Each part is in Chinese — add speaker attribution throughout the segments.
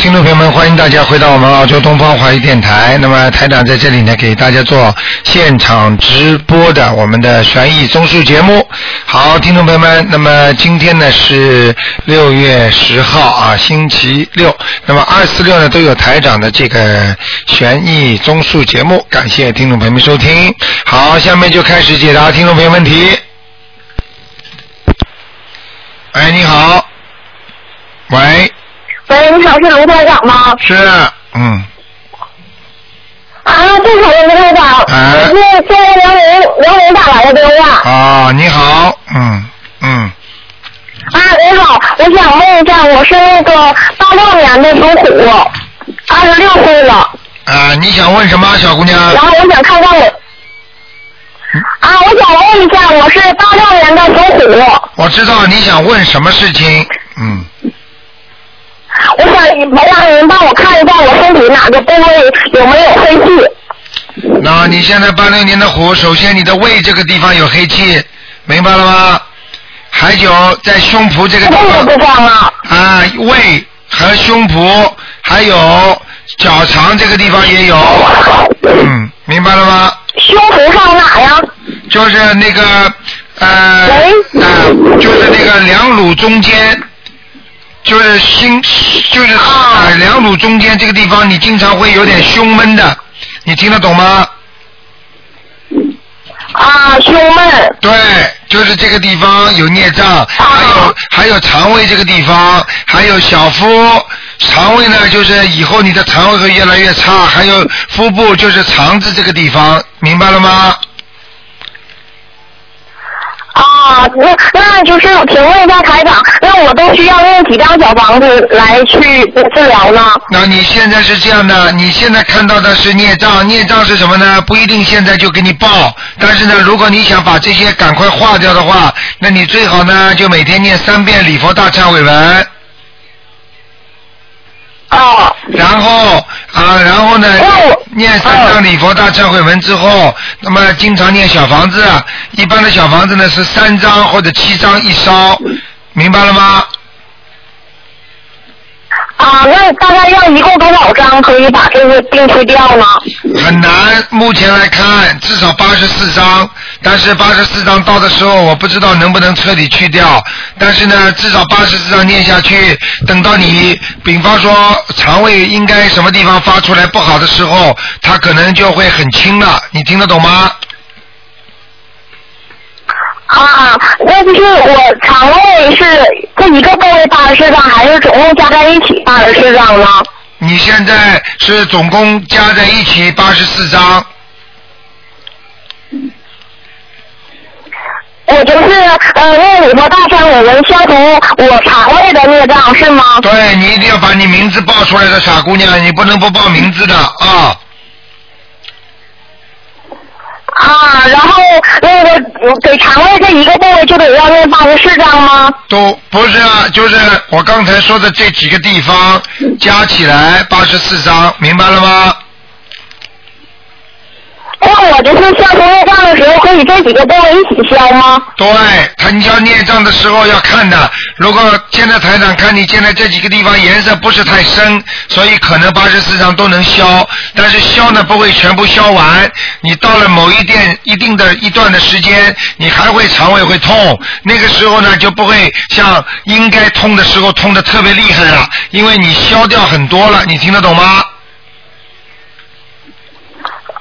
Speaker 1: 听众朋友们，欢迎大家回到我们澳洲东方华语电台。那么台长在这里呢，给大家做现场直播的我们的悬疑综述节目。好，听众朋友们，那么今天呢是六月十号啊，星期六。那么二四六呢都有台长的这个悬疑综述节目，感谢听众朋友们收听。好，下面就开始解答听众朋友问题。哎，你好，喂。
Speaker 2: 喂，你好，是卢台长吗？
Speaker 1: 是，嗯，
Speaker 2: 啊，正好的卢台长，
Speaker 1: 啊
Speaker 2: 我是中国辽宁辽宁打来的电话。
Speaker 1: 啊，你好，嗯嗯，
Speaker 2: 啊，你好，我想问一下，我是那个八六年的属虎，二十六岁了，
Speaker 1: 啊，你想问什么，小姑娘
Speaker 2: 然？后我想看看我。
Speaker 1: 嗯
Speaker 2: 啊，我想问一下，我是八六年的属虎，
Speaker 1: 我知道你想问什么事情，嗯，
Speaker 2: 我想麻烦您帮我看一下我身体哪个部位有没有黑气。
Speaker 1: 那你现在八六年的虎，首先你的胃这个地方有黑气，明白了吗？还有在胸脯这个地
Speaker 2: 这个
Speaker 1: 方
Speaker 2: 地方啊，
Speaker 1: 啊，胃和胸脯，还有脚肠这个地方也有，嗯，明白了吗？
Speaker 2: 胸脯上哪呀？
Speaker 1: 就是那个呃
Speaker 2: 喂
Speaker 1: 呃，就是那个两乳中间，就是心就是啊、呃两乳中间这个地方，你经常会有点胸闷的，你听得懂吗？
Speaker 2: 啊，胸闷。啊
Speaker 1: 对，就是这个地方有孽障，还有还有肠胃这个地方，还有小腹。肠胃呢，就是以后你的肠胃会越来越差，还有腹部就是肠子这个地方，明白了吗？
Speaker 2: 啊，那那就是请问一下台长，那我都需要用几张小房子来去治疗呢？
Speaker 1: 那你现在是这样的，你现在看到的是孽障，孽障是什么呢？不一定现在就给你报，但是呢，如果你想把这些赶快化掉的话，那你最好呢就每天念三遍礼佛大忏悔文，
Speaker 2: 哦，
Speaker 1: 然后啊，然后呢
Speaker 2: 哦
Speaker 1: 念三张礼佛大忏悔文之后，那么经常念小房子，一般的小房子呢是三张或者七张一烧，明白了吗？
Speaker 2: 啊，那大概要一共多少张可以把这个病去掉呢？
Speaker 1: 很难，目前来看至少八十四张，但是八十四张到的时候，我不知道能不能彻底去掉。但是呢，至少八十四张念下去，等到你，比方说肠胃应该什么地方发出来不好的时候，它可能就会很轻了。你听得懂吗？
Speaker 2: 啊，那就是我肠胃是这一个部位八十四张，还是总共加在一起八十四张呢？
Speaker 1: 你现在是总共加在一起八十四张，
Speaker 2: 我就是呃，用你说大忏悔文消除我肠胃的孽障是吗？
Speaker 1: 对你一定要把你名字报出来的傻姑娘，你不能不报名字的啊。
Speaker 2: 啊，然后那个嗯给肠胃这一个部位就得要念八十四张吗？
Speaker 1: 都不是啊，就是我刚才说的这几个地方加起来八十四张，明白了吗？
Speaker 2: 那我就是消除业障的时候，可以这几个部位一起消吗？
Speaker 1: 对，他你要念账的时候要看的。如果现在台长看你现在这几个地方颜色不是太深，所以可能八十四张都能消，但是消呢不会全部消完。你到了某一点一定的一段的时间，你还会肠胃会痛，那个时候呢就不会像应该痛的时候痛的特别厉害了，因为你消掉很多了。你听得懂吗？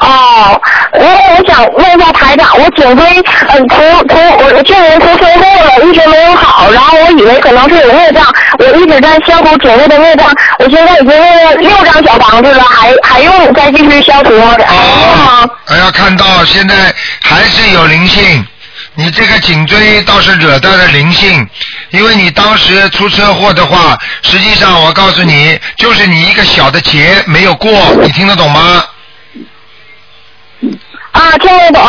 Speaker 2: 哦，因为我想问一下台长，我颈椎嗯从从我去年出车祸了，一直没有好，然后我以为可能是有孽障，我一直在消除颈椎的孽障，我现在已经念了六张小房子了，哎还还用再继续消除吗？
Speaker 1: 哦，还要看到现在还是有灵性，你这个颈椎倒是惹到了灵性，因为你当时出车祸的话，实际上我告诉你，就是你一个小的结没有过，你听得懂吗？
Speaker 2: 啊，听得懂。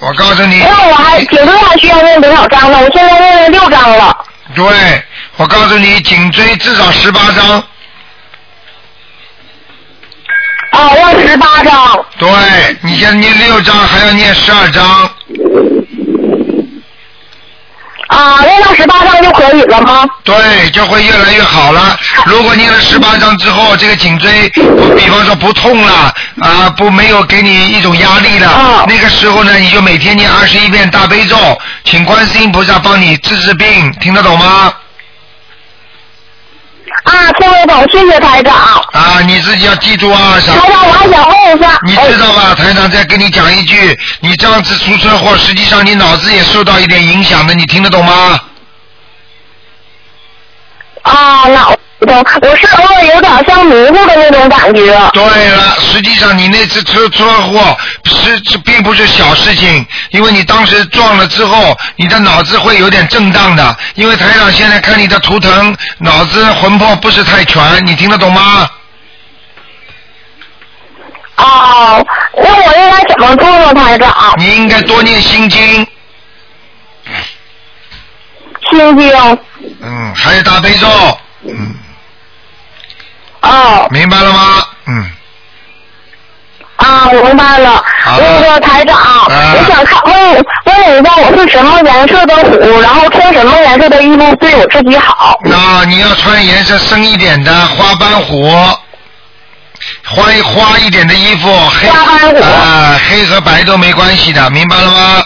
Speaker 1: 我告诉你，
Speaker 2: 那我还颈椎还需要念多少章呢？我现在念了六章了。
Speaker 1: 对，我告诉你，颈椎至少十八张，
Speaker 2: 啊，要十八章。
Speaker 1: 对你现在念六张，还要念十二张，
Speaker 2: 啊，啊，念到十八章就可以了吗？
Speaker 1: 对，就会越来越好了。如果念了十八章之后，这个颈椎，比方说不痛了，啊，不没有给你一种压力了，
Speaker 2: 哦
Speaker 1: 那个时候呢，你就每天念二十一遍大悲咒，请观世音菩萨帮你治治病，听得懂吗？
Speaker 2: 啊，听得懂，谢谢台长。
Speaker 1: 啊，你自己要记住啊，傻
Speaker 2: 台长，我还想问一下，
Speaker 1: 你
Speaker 2: 哎
Speaker 1: 知道吧，台长再跟你讲一句，你这样子出车祸，实际上你脑子也受到一点影响的，你听得懂吗？
Speaker 2: 啊，脑懂，我是偶尔有点像迷糊的那种感觉。
Speaker 1: 对了，实际上你那次车车祸是是并不是小事情，因为你当时撞了之后，你的脑子会有点震荡的，因为台长现在看你的图腾，脑子魂魄不是太全，你听得懂吗？
Speaker 2: 哦，那我应该怎么做呢，台长？
Speaker 1: 你应该多念心经，
Speaker 2: 心经。
Speaker 1: 嗯，还有大悲咒，嗯，
Speaker 2: 哦，
Speaker 1: 明白了吗？嗯，
Speaker 2: 啊，我明白了。
Speaker 1: 好了
Speaker 2: 那个台长，
Speaker 1: 啊
Speaker 2: 我想看问问一下，我是什么颜色的虎，然后穿什么颜色的衣服对我自己好？
Speaker 1: 那你要穿颜色深一点的花斑虎。花花一点的衣服，黑
Speaker 2: 花斑虎
Speaker 1: 啊、黑和白都没关系的，明白了吗？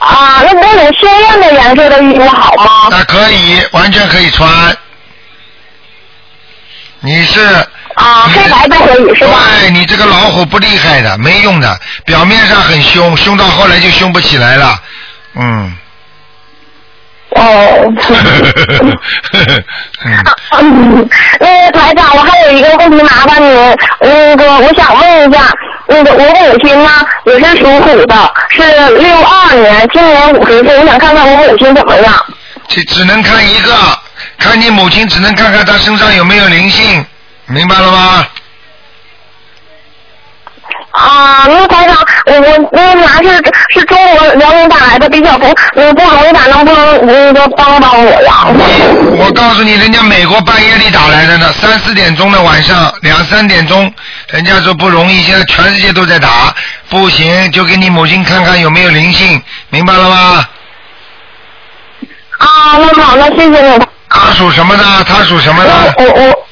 Speaker 2: 啊，那那种鲜艳的颜色的衣服好吗？
Speaker 1: 那可以，完全可以穿。你是
Speaker 2: 啊，黑白都可以是吧？
Speaker 1: 对，你这个老虎不厉害的，没用的，表面上很凶，凶到后来就凶不起来了。嗯，
Speaker 2: 哦。
Speaker 1: 嗯
Speaker 2: 嗯，那个台长，我还有一个问题麻烦您，那个我想问一下，那个我母亲呢也是属虎的，是六二年，今年五十岁，我想看看我母亲怎么样。
Speaker 1: 只只能看一个，看你母亲只能看看她身上有没有灵性，明白了吗？
Speaker 2: 啊，那台长，我我那个拿是是中国辽宁打来的比较不嗯不容易打，能不能那个帮帮我呀？
Speaker 1: 你，我告诉你，人家美国半夜里打来的呢，三四点钟的晚上，两三点钟，人家说不容易，现在全世界都在打，不行就给你母亲看看有没有灵性，明白了吗？
Speaker 2: 啊，那好，那谢谢你。
Speaker 1: 他属什么的？他属什么
Speaker 2: 我
Speaker 1: 的？
Speaker 2: 我我。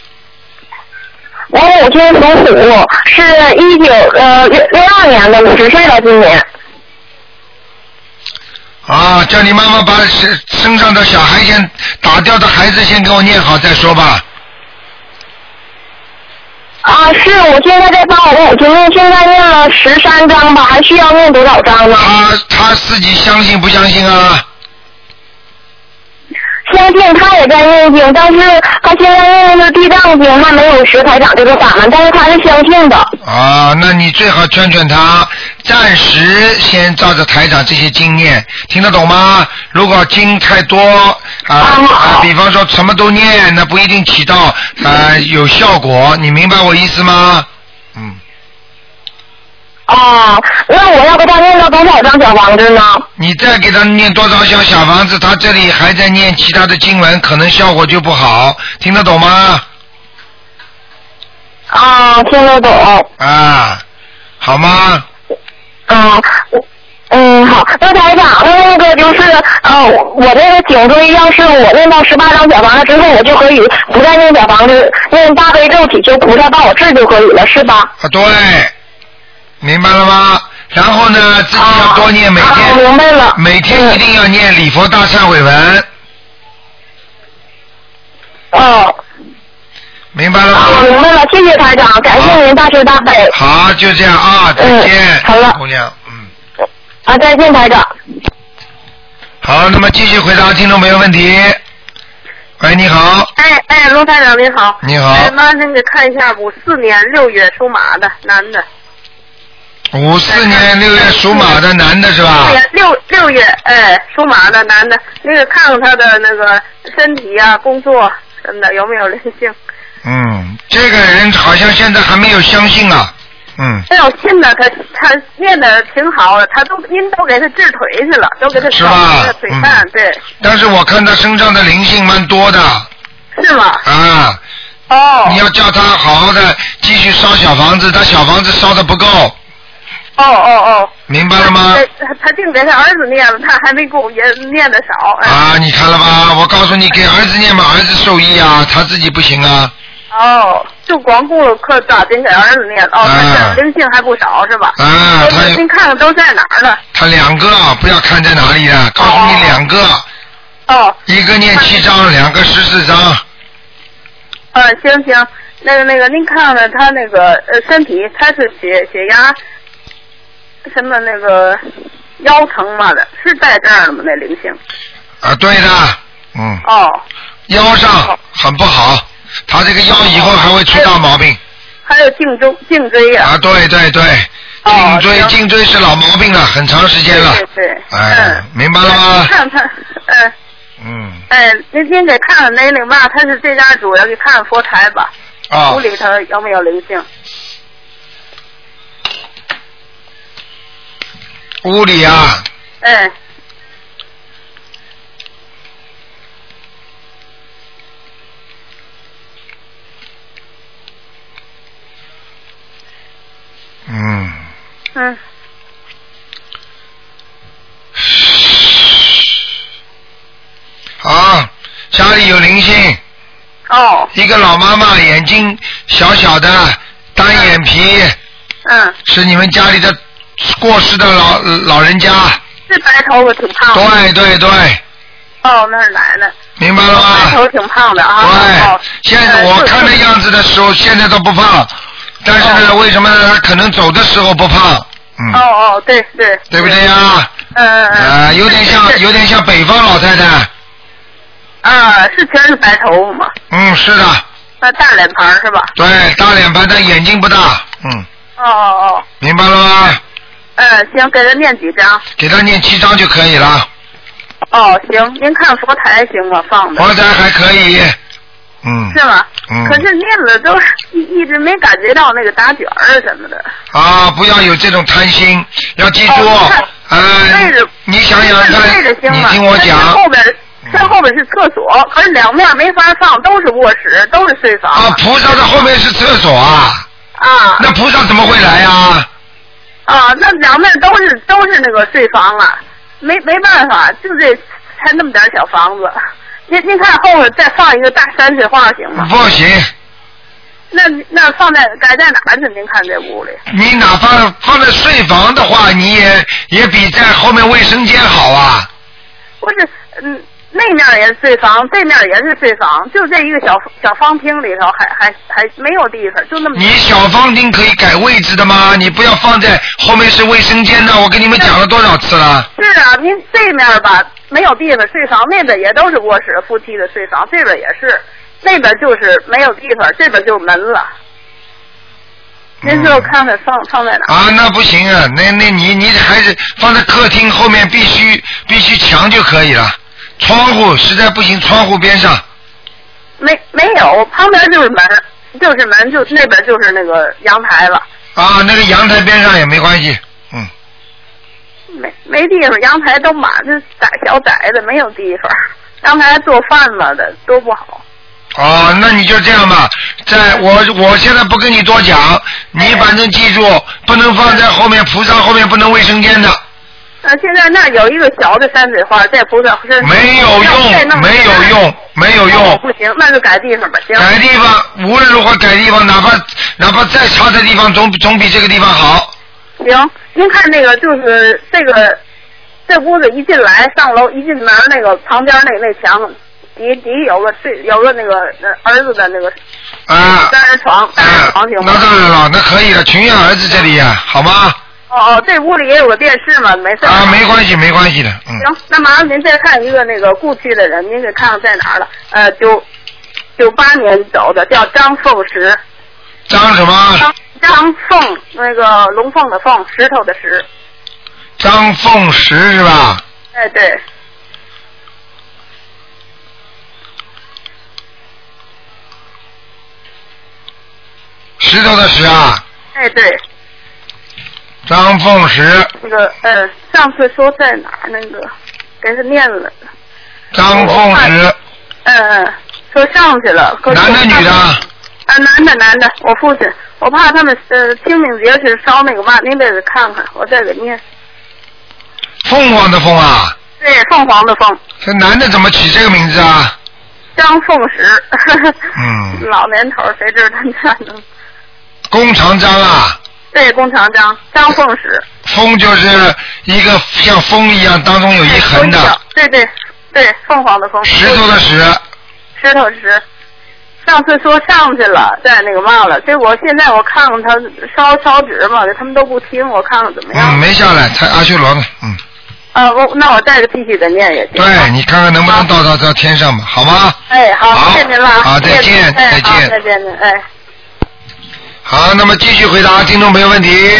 Speaker 2: 我母亲属虎，是一九呃六六二年的，五十岁了，今年。
Speaker 1: 啊，叫你妈妈把身身上的小孩先打掉的孩子先给我念好再说吧。
Speaker 2: 啊，是我现在在帮我母亲念，现在念了十三章吧，还需要念多少章呢？
Speaker 1: 他他自己相信不相信啊？
Speaker 2: 相信她也在念经，但是她现在念的是地藏经，还没有石台长这个法门，但是她是相信的。
Speaker 1: 啊，那你最好劝劝他，暂时先照着台长这些经念，听得懂吗？如果经太多啊啊，比方说什么都念，那不一定起到啊有效果，你明白我意思吗？嗯，
Speaker 2: 哦，那我要给她念到多少张小房子呢？
Speaker 1: 你再给他念多少小小房子，他这里还在念其他的经文，可能效果就不好，听得懂吗？
Speaker 2: 啊，听得懂。
Speaker 1: 啊，好吗？
Speaker 2: 嗯，嗯，好，那台长，那那个就是，呃，我这个颈椎要是我念到十八张小房子之后，我就可以不再念小房子，念大悲咒祈求菩萨帮我治就可以了，是吧？
Speaker 1: 啊，对，明白了吗？然后呢，自己要多念，每
Speaker 2: 啊，我
Speaker 1: 天、
Speaker 2: 明白了。嗯
Speaker 1: 每天一定要念礼佛大忏悔文，
Speaker 2: 哦，
Speaker 1: 明白了
Speaker 2: 啊，我
Speaker 1: 吗？
Speaker 2: 明白了，谢谢台长，感谢您大慈大悲。
Speaker 1: 好，就这样啊，再见，
Speaker 2: 嗯好了
Speaker 1: 姑娘，嗯，
Speaker 2: 啊，再见，台长。
Speaker 1: 好，那么继续回答听众朋友问题。喂，你好，
Speaker 3: 哎哎，卢台长您好。
Speaker 1: 你好
Speaker 3: 哎，麻烦您给看一下五四年六月属马的男的。
Speaker 1: 五四年六月属马的男的是吧？
Speaker 3: 六月六六月哎，属马的男的，那个看看他的那个身体啊、工作什么的有没有灵性？
Speaker 1: 嗯，这个人好像现在还没有相信啊，嗯，
Speaker 3: 哎呦，信的他他念的挺好的，他都您都给他治腿去了，都给他
Speaker 1: 是吧
Speaker 3: 治了腿蛋，
Speaker 1: 嗯
Speaker 3: 对，
Speaker 1: 但是我看他身上的灵性蛮多的
Speaker 3: 是吗？
Speaker 1: 啊，
Speaker 3: 哦
Speaker 1: 你要叫他好好的继续烧小房子，他小房子烧的不够，
Speaker 3: 哦哦哦，
Speaker 1: 明白了吗？
Speaker 2: 他他净给他儿子念了，他还没给我爷念的少。哎、
Speaker 1: 啊，你看了吧？我告诉你，给儿子念嘛，儿子受益啊，他自己不行啊。
Speaker 2: 哦，就光顾可抓紧给儿子念了。哦，
Speaker 1: 啊
Speaker 2: 他这灵性还不少是吧？
Speaker 1: 啊，
Speaker 2: 我
Speaker 1: 他
Speaker 2: 您看看都在哪儿了？
Speaker 1: 他两个不要看在哪里了，告诉
Speaker 3: 哦
Speaker 1: 你两个，
Speaker 2: 哦，
Speaker 1: 一个念七章，两个十四章。
Speaker 2: 呃，行行，那个那个，您看看他那个呃身体，他是血血压什么那个腰疼嘛的，是在这儿了吗？那灵性？
Speaker 1: 啊，对的，嗯，
Speaker 2: 哦，
Speaker 1: 腰上很不好，他这个腰以后还会出大毛病。
Speaker 2: 还有颈椎颈椎呀、
Speaker 1: 啊，对对对，颈
Speaker 2: 哦
Speaker 1: 椎
Speaker 2: 行嗯
Speaker 1: 颈椎是老毛病了，很长时间了
Speaker 2: 对。对，
Speaker 1: 哎
Speaker 2: 嗯，，
Speaker 1: 明白了吗
Speaker 2: 您？看他，嗯、
Speaker 1: 嗯，
Speaker 2: 哎，您您给看看那那嘛，他是这家主人，给看看佛台吧，
Speaker 1: 啊
Speaker 2: 屋，里头有没有灵性？
Speaker 1: 屋里啊，
Speaker 2: 哎，
Speaker 1: 嗯，
Speaker 4: 啊
Speaker 2: 嗯，
Speaker 1: 好，啊家里有灵性，
Speaker 2: 哦，
Speaker 1: 一个老妈妈，眼睛小小的，单眼皮，
Speaker 2: 嗯，
Speaker 1: 是你们家里的过世的老老人家。
Speaker 2: 是白头发挺胖的，
Speaker 1: 对对对，
Speaker 2: 哦，那是奶奶，
Speaker 1: 明白了
Speaker 2: 白
Speaker 1: 吗？
Speaker 2: 头挺胖的啊，哦
Speaker 1: 对，现在我看这，样子的时候，现在都不胖，但是
Speaker 2: 哦
Speaker 1: 呢，为什么呢？他可能走的时候不胖，
Speaker 2: 嗯
Speaker 1: 嗯，
Speaker 2: 哦哦，对对，
Speaker 1: 对不对呀、
Speaker 2: 嗯？嗯嗯，
Speaker 1: 啊，有点像，有点像北方老太太。
Speaker 2: 啊，是全是白头发嘛，
Speaker 1: 嗯，是的，
Speaker 2: 那大脸盘儿是吧？
Speaker 1: 对，大脸盘，但眼睛不大。嗯，
Speaker 2: 哦哦哦，
Speaker 1: 明白了吗？
Speaker 2: 嗯，行，给他念几张？
Speaker 1: 给他念七章就可以了，
Speaker 2: 哦，行，您看佛台行吗？放的
Speaker 1: 佛台还可以。嗯
Speaker 2: 是吗？
Speaker 1: 嗯
Speaker 2: 可是念了都一一直没感觉到那个打卷儿啊什么的。
Speaker 1: 啊，不要有这种贪心，要记住
Speaker 2: 哦你看，
Speaker 1: 呃
Speaker 2: 位置，
Speaker 1: 你想想
Speaker 2: 位
Speaker 1: 看
Speaker 2: 置，行
Speaker 1: 你
Speaker 2: 吗？
Speaker 1: 听我
Speaker 2: 但是
Speaker 1: 讲，嗯
Speaker 2: 后边在后边是厕所，可是两面没法放，都是卧室，都是睡房。
Speaker 1: 啊，菩萨的后面是厕所啊，
Speaker 2: 啊
Speaker 1: 那菩萨怎么会来呀、
Speaker 2: 啊，那两面都是都是那个睡房了，没没办法，就这才那么点儿小房子。您您看后边再放一个大山水画行吗？
Speaker 1: 不行，
Speaker 2: 那那放在改在哪儿呢？您看这屋里。
Speaker 1: 你哪怕放在睡房的话，你也也比在后面卫生间好啊。
Speaker 2: 不是，嗯，那面儿也是睡房，这面儿也是睡房，就这一个小小方厅里头还，还还没有地方，就那么。
Speaker 1: 你小方厅可以改位置的吗？你不要放在后面是卫生间的，我跟你们讲了多少次了？
Speaker 2: 是啊，您这面儿吧没有地方，睡房那边也都是卧室，夫妻的睡房，这边也是，那边就是没有地方，这边就门了。您
Speaker 1: 嗯
Speaker 2: 就看看放放在哪儿？
Speaker 1: 啊，那不行啊，那那你你还是放在客厅后面，必须必须墙就可以了。窗户实在不行，窗户边上
Speaker 2: 没没有，旁边就是门，就是门，就那边就是那个阳台了，
Speaker 1: 啊，那个阳台边上也没关系。嗯，
Speaker 2: 没没地方，阳台都满，这窄小窄的没有地方，阳台还做饭嘛的多不好。
Speaker 1: 哦，那你就这样吧，在我我现在不跟你多讲，你反正记住，不能放在后面菩萨后面不能卫生间的，
Speaker 2: 那呃现在那儿有一个小的山水画，这菩萨是
Speaker 1: 没有用，没有，用，没有
Speaker 2: 那再弄哦
Speaker 1: 用。
Speaker 2: 不行，那就改地方吧，行。
Speaker 1: 改地方，无论如何改地方，哪怕哪怕再差的地方，总总比这个地方好。
Speaker 2: 行，您看那个就是这个，这屋子一进来上楼一进门那个旁边那那墙底底有个睡有个那个呃儿子的那个
Speaker 1: 啊、
Speaker 2: 单人床，单人
Speaker 1: 啊
Speaker 2: 床行吗
Speaker 1: 那？当然了，那可以了，全院儿子这里呀、好吗？
Speaker 2: 哦哦，这屋里也有个电视嘛，没事。
Speaker 1: 啊，没。关系，没关系的，嗯。
Speaker 2: 行，那麻烦您再看一个那个故去的人，您给看看在哪儿了？呃，九九八年走的，叫张凤石。
Speaker 1: 张什么？
Speaker 2: 张张凤，那个龙凤的凤，石头的石。
Speaker 1: 张凤石是吧？
Speaker 2: 哎，对，
Speaker 1: 石头的石啊，
Speaker 2: 哎对，
Speaker 1: 张凤石，
Speaker 2: 那个呃，上次说在哪儿那个，给他念了，
Speaker 1: 张凤石，
Speaker 2: 呃，说上去了。可是
Speaker 1: 男
Speaker 2: 我
Speaker 1: 的
Speaker 2: 怕
Speaker 1: 女的？
Speaker 2: 啊，男的男的，我父亲，我怕他们呃清明节去烧那个嘛，您得给看看，我再给念。
Speaker 1: 凤凰的凤啊，
Speaker 5: 对，凤凰的凤，
Speaker 1: 这男的怎么起这个名字啊？
Speaker 5: 张凤石。
Speaker 1: 嗯，
Speaker 5: 老年头儿谁知道他呢？
Speaker 1: 弓长张啊，
Speaker 5: 对，弓长张，张凤石。
Speaker 1: 风就是一个像风一样，当中有哎一横的，
Speaker 5: 对对对，凤凰的凤。
Speaker 1: 石头的石，
Speaker 5: 石头石。上次说上去了，在那个嘛了，结果现在我看看他烧烧纸嘛，他们都不听，我看看怎么
Speaker 1: 嗯，
Speaker 5: 样。
Speaker 1: 没下来，他阿修罗呢，嗯，
Speaker 5: 啊，我那我再继续再念也行。
Speaker 1: 对你看看能不能到到到天上吧，好吗？
Speaker 5: 哎，好，谢谢您了，
Speaker 1: 好
Speaker 5: 谢谢您
Speaker 1: 再见
Speaker 5: 哎
Speaker 1: 再见
Speaker 5: 好再见您，哎。
Speaker 1: 好，那么继续回答听众朋友问题。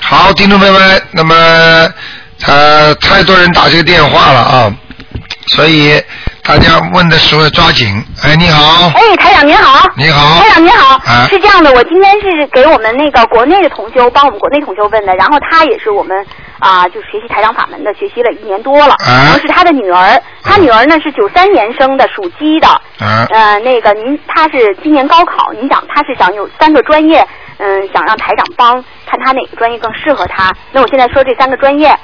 Speaker 1: 好，听众朋友们，那么呃，太多人打这个电话了啊，所以大家问的时候抓紧。哎，你好，
Speaker 2: 哎，台长您好。
Speaker 1: 你好
Speaker 2: 台长您好。
Speaker 1: 啊
Speaker 2: 是这样的，我今天是给我们那个国内的同修，帮我们国内同修问的，然后他也是我们啊、就是学习台长法门的，学习了一年多了。
Speaker 1: 啊嗯
Speaker 2: 然后是他的女儿，他女儿呢是九三年生的，属鸡的。
Speaker 1: 啊
Speaker 2: 呃，那个您，他是今年高考，您想他是想有三个专业，嗯，想让台长帮，看他哪个专业更适合他。那我现在说这三个专业，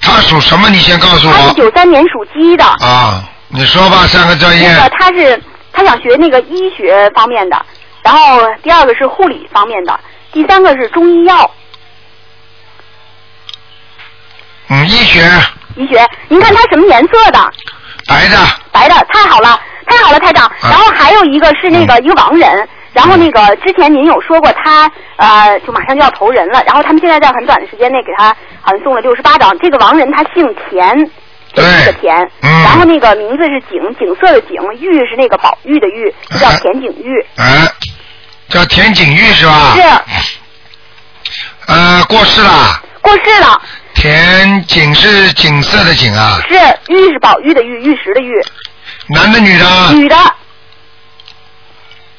Speaker 1: 他属什么？你先告诉
Speaker 2: 他是
Speaker 1: 我
Speaker 2: 九三年属鸡的，
Speaker 1: 啊。你说吧，三个专业
Speaker 2: 那个他是他想学那个医学方面的，然后第二个是护理方面的，第三个是中医药
Speaker 1: 嗯，医学
Speaker 2: 医学。您看他什么颜色的？
Speaker 1: 白的，啊
Speaker 2: 白的，太好了，太好了，台长。然后还有一个是那个
Speaker 1: 嗯
Speaker 2: 一个亡人，然后那个之前您有说过他呃就马上就要投人了，然后他们现在在很短的时间内给他好像送了六十八张。这个亡人他姓田。这是个田，
Speaker 1: 嗯
Speaker 2: 然后那
Speaker 6: 呃
Speaker 2: 个名字是景，景色的景，玉是那个宝玉的玉，就叫
Speaker 1: 哎
Speaker 2: 田景玉。
Speaker 1: 啊，叫田景玉是吧？
Speaker 2: 是
Speaker 1: 呃，过世了。
Speaker 2: 过世了，
Speaker 1: 田景是景色的景啊，
Speaker 2: 是玉是宝玉的玉，玉石的玉，
Speaker 1: 男的女的？啊
Speaker 2: 女的，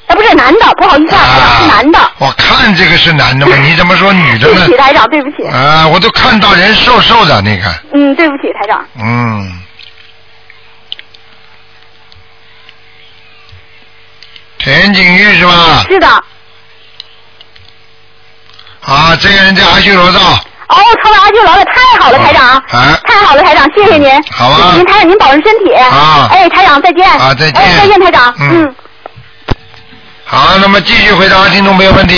Speaker 2: 哎，不是男的，不好意思啊，
Speaker 1: 啊，
Speaker 2: 是男的，
Speaker 1: 我看这个是男的嘛，你怎么说女的
Speaker 2: 对嗯不起，
Speaker 1: 呢？
Speaker 2: 台长，对不起，
Speaker 1: 啊，我都看到人瘦瘦的那个，
Speaker 2: 嗯，对不起，台长，
Speaker 1: 嗯。田景玉是吧？
Speaker 2: 是的，哦，
Speaker 1: 啊，这个人在阿修罗道，
Speaker 2: 成了阿修罗了，太好了，台长，
Speaker 1: 啊
Speaker 2: 太好了，台长，谢谢您，
Speaker 1: 好
Speaker 2: 谢
Speaker 1: 啊
Speaker 2: 谢您台长，您保重身体，
Speaker 1: 啊
Speaker 2: 哎，台长，再见，
Speaker 1: 啊再见
Speaker 2: 哎，再见，台长，
Speaker 1: 嗯
Speaker 2: 嗯
Speaker 1: 好，那么继续回答听众朋友问 题。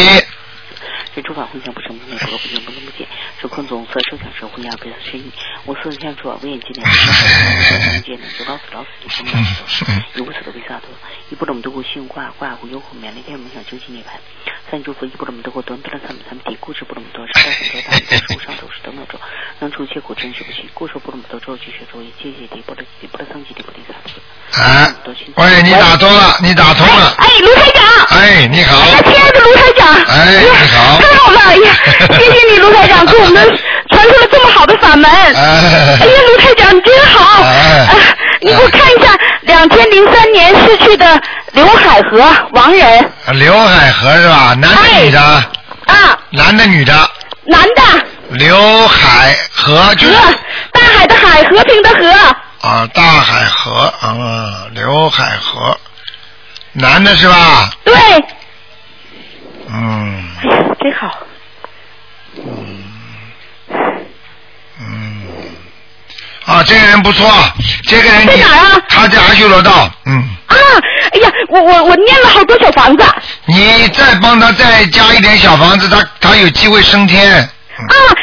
Speaker 7: 是诸法混淆不成，不能不不能不能不见，是空总色，受想受混淆，别色身意。我色相处啊，无眼见两识，无见两识，老死老死，一生不老死，一无所得为萨多，一波罗蜜多故心无挂，挂无忧苦，免离天人梦想究竟涅槃。三诸佛一波罗蜜多故，短短三百三百地，故知波罗蜜多，是大神多大，无上斗士等等咒，能除一切苦，真实不虚。故说波罗蜜多咒，具学咒语，皆解地波罗地波罗僧及地波罗萨多。
Speaker 1: 啊，喂，你打通了，你打通了。
Speaker 2: 哎，卢台长，
Speaker 1: 哎，你好。
Speaker 2: 哎，亲爱的卢台长，
Speaker 1: 哎
Speaker 2: 呀
Speaker 1: 你好
Speaker 2: 太好了，哎 呀，谢谢你，卢台长，给我们传授了这么好的法门，
Speaker 1: 哎
Speaker 2: 哎呀，卢台长，你真好！
Speaker 1: 哎
Speaker 2: 啊你给我看一下，两千零三年逝去的刘海河王人
Speaker 1: 啊刘海河是吧？男
Speaker 2: 哎
Speaker 1: 的女的？
Speaker 2: 啊，
Speaker 1: 男的女的？
Speaker 2: 男的，
Speaker 1: 刘海河就
Speaker 2: 河
Speaker 1: 是，
Speaker 2: 大海的海，和平的和，
Speaker 1: 啊，大海河啊，刘海河，男的是吧？
Speaker 2: 对，哎
Speaker 1: 嗯
Speaker 2: 呀，真好，
Speaker 1: 嗯，啊，这个人不错，这个人
Speaker 2: 在
Speaker 1: 你
Speaker 2: 哪儿啊
Speaker 1: 他在阿修罗道，嗯，
Speaker 2: 啊，哎呀，我我我念了好多小房子，啊，
Speaker 1: 你再帮他再加一点小房子，他他有机会升天
Speaker 2: 啊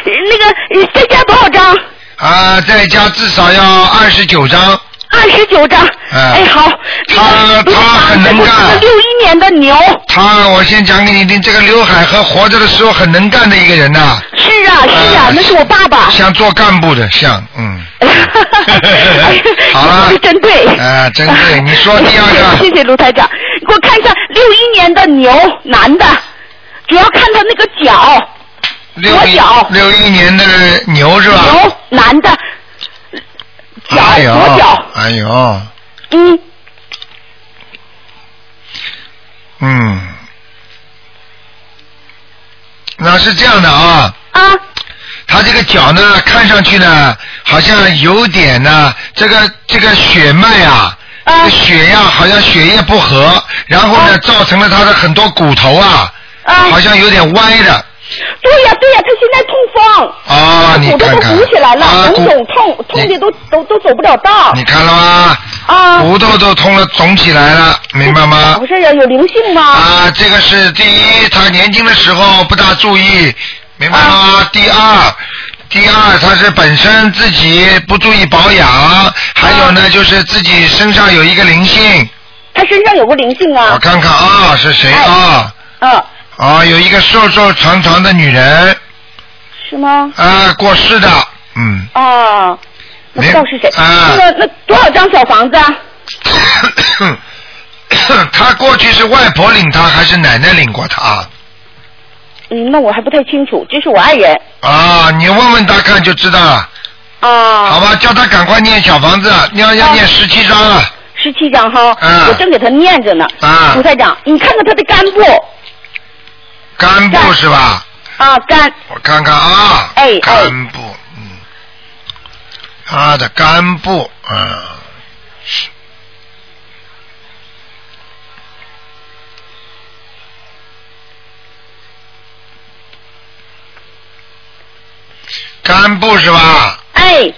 Speaker 2: 那个呃再加多少张？
Speaker 1: 啊，再加至少要二十九章，
Speaker 2: 二十九张。哎，好，这个
Speaker 1: 他他很能干
Speaker 2: 六一年的牛，
Speaker 1: 他，我先讲给你听，这个刘海河活着的时候很能干的一个人呐、
Speaker 2: 是啊是啊
Speaker 1: 呃，
Speaker 2: 那是我爸爸。
Speaker 1: 像做干部的，像 嗯。好了
Speaker 2: 是真对。
Speaker 1: 啊真对你 说第二个
Speaker 2: 谢谢谢谢卢台长，你给我看一下六一年的牛男的，主要看他那个脚，
Speaker 1: 六一
Speaker 2: 左脚
Speaker 1: 六一年的牛是吧？
Speaker 2: 牛男的，脚
Speaker 1: 哎呦
Speaker 2: 左脚，
Speaker 1: 哎呦，
Speaker 2: 嗯，
Speaker 1: 嗯，那是这样的啊，
Speaker 2: 啊，
Speaker 1: 他这个脚呢，看上去呢，好像有点呢，这个这个血脉啊。
Speaker 2: 啊
Speaker 1: 这个血呀，好像血液不和，然后呢，
Speaker 2: 啊
Speaker 1: 造成了他的很多骨头啊，
Speaker 2: 啊
Speaker 1: 好像有点歪的。
Speaker 2: 对呀对呀，他现在痛风，
Speaker 1: 啊，你
Speaker 2: 骨头
Speaker 1: 看
Speaker 2: 都
Speaker 1: 看
Speaker 2: 鼓起来了，
Speaker 1: 啊，
Speaker 2: 能
Speaker 1: 骨
Speaker 2: 肿痛，痛的都都都走不了道
Speaker 1: 你看了吗？
Speaker 2: 啊！
Speaker 1: 骨头都痛了，肿起来了，明白吗
Speaker 2: 咋？回事呀？有灵性吗？
Speaker 1: 啊，这个是第一，他年轻的时候不大注意，明白了
Speaker 2: 啊
Speaker 1: 吗？第二，第二他是本身自己不注意保
Speaker 2: 啊
Speaker 1: 养，还有呢就是自己身上有一个灵性，
Speaker 2: 他身上有个灵性
Speaker 1: 我
Speaker 2: 啊，
Speaker 1: 看看啊是谁啊？
Speaker 2: 嗯，
Speaker 1: 啊，有一个瘦瘦长长的女人，
Speaker 2: 是吗？
Speaker 1: 啊，过 世的，嗯，
Speaker 2: 啊，不知道是谁。
Speaker 1: 啊
Speaker 2: 那个那多少张小房子啊？
Speaker 1: 她过去是外婆领她还是奶奶领过她啊？
Speaker 2: 嗯，那我还不太清楚，这是我爱人
Speaker 1: 啊，你问问她看就知道了，好
Speaker 2: 啊，
Speaker 1: 吧？叫她赶快念小房子，要要念十七章啊了。
Speaker 2: 十七张哈，
Speaker 1: 嗯
Speaker 2: 我正给他念着呢。
Speaker 1: 啊
Speaker 2: 卢，台长，你看看他的肝部
Speaker 1: 肝部是吧？
Speaker 2: 啊，肝
Speaker 1: 我看看啊，
Speaker 2: 哎哎
Speaker 1: 肝部，嗯，他的肝部，嗯，肝部是吧？
Speaker 2: 哎，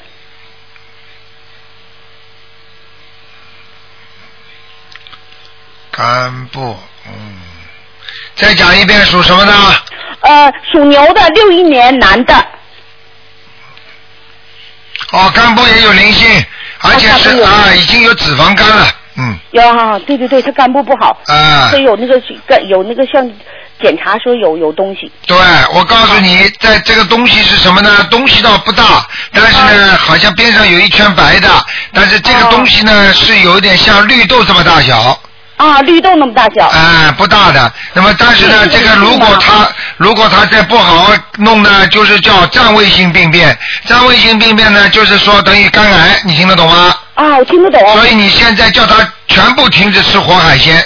Speaker 1: 肝部，嗯，再讲一遍属什么的？
Speaker 2: 呃，属牛的，六一年男的，
Speaker 1: 哦，肝部也有灵性，而且是
Speaker 2: 哦肝部
Speaker 1: 啊，已经有脂肪肝了，嗯，
Speaker 2: 有啊，对对对，他肝部不好，
Speaker 1: 啊
Speaker 2: 他，有那个肝有那个像检查说有有东西，
Speaker 1: 对，我告诉你，在这个东西是什么呢？东西倒不大，但是
Speaker 2: 嗯
Speaker 1: 呢，好像边上有一圈白的，但是这个
Speaker 2: 哦
Speaker 1: 东西呢是有一点像绿豆这么大小，
Speaker 2: 啊，绿豆那么大小，
Speaker 1: 哎、不大的。那么但是呢，
Speaker 2: 这个
Speaker 1: 这个
Speaker 2: 是
Speaker 1: 如果
Speaker 2: 吗
Speaker 1: 它如果它再不好好弄呢，就是叫占位性病变。占位性病变呢，就是说等于肝癌，你听得懂吗？
Speaker 2: 啊，我听得懂，
Speaker 1: 所以你现在叫他全部停止吃活海鲜，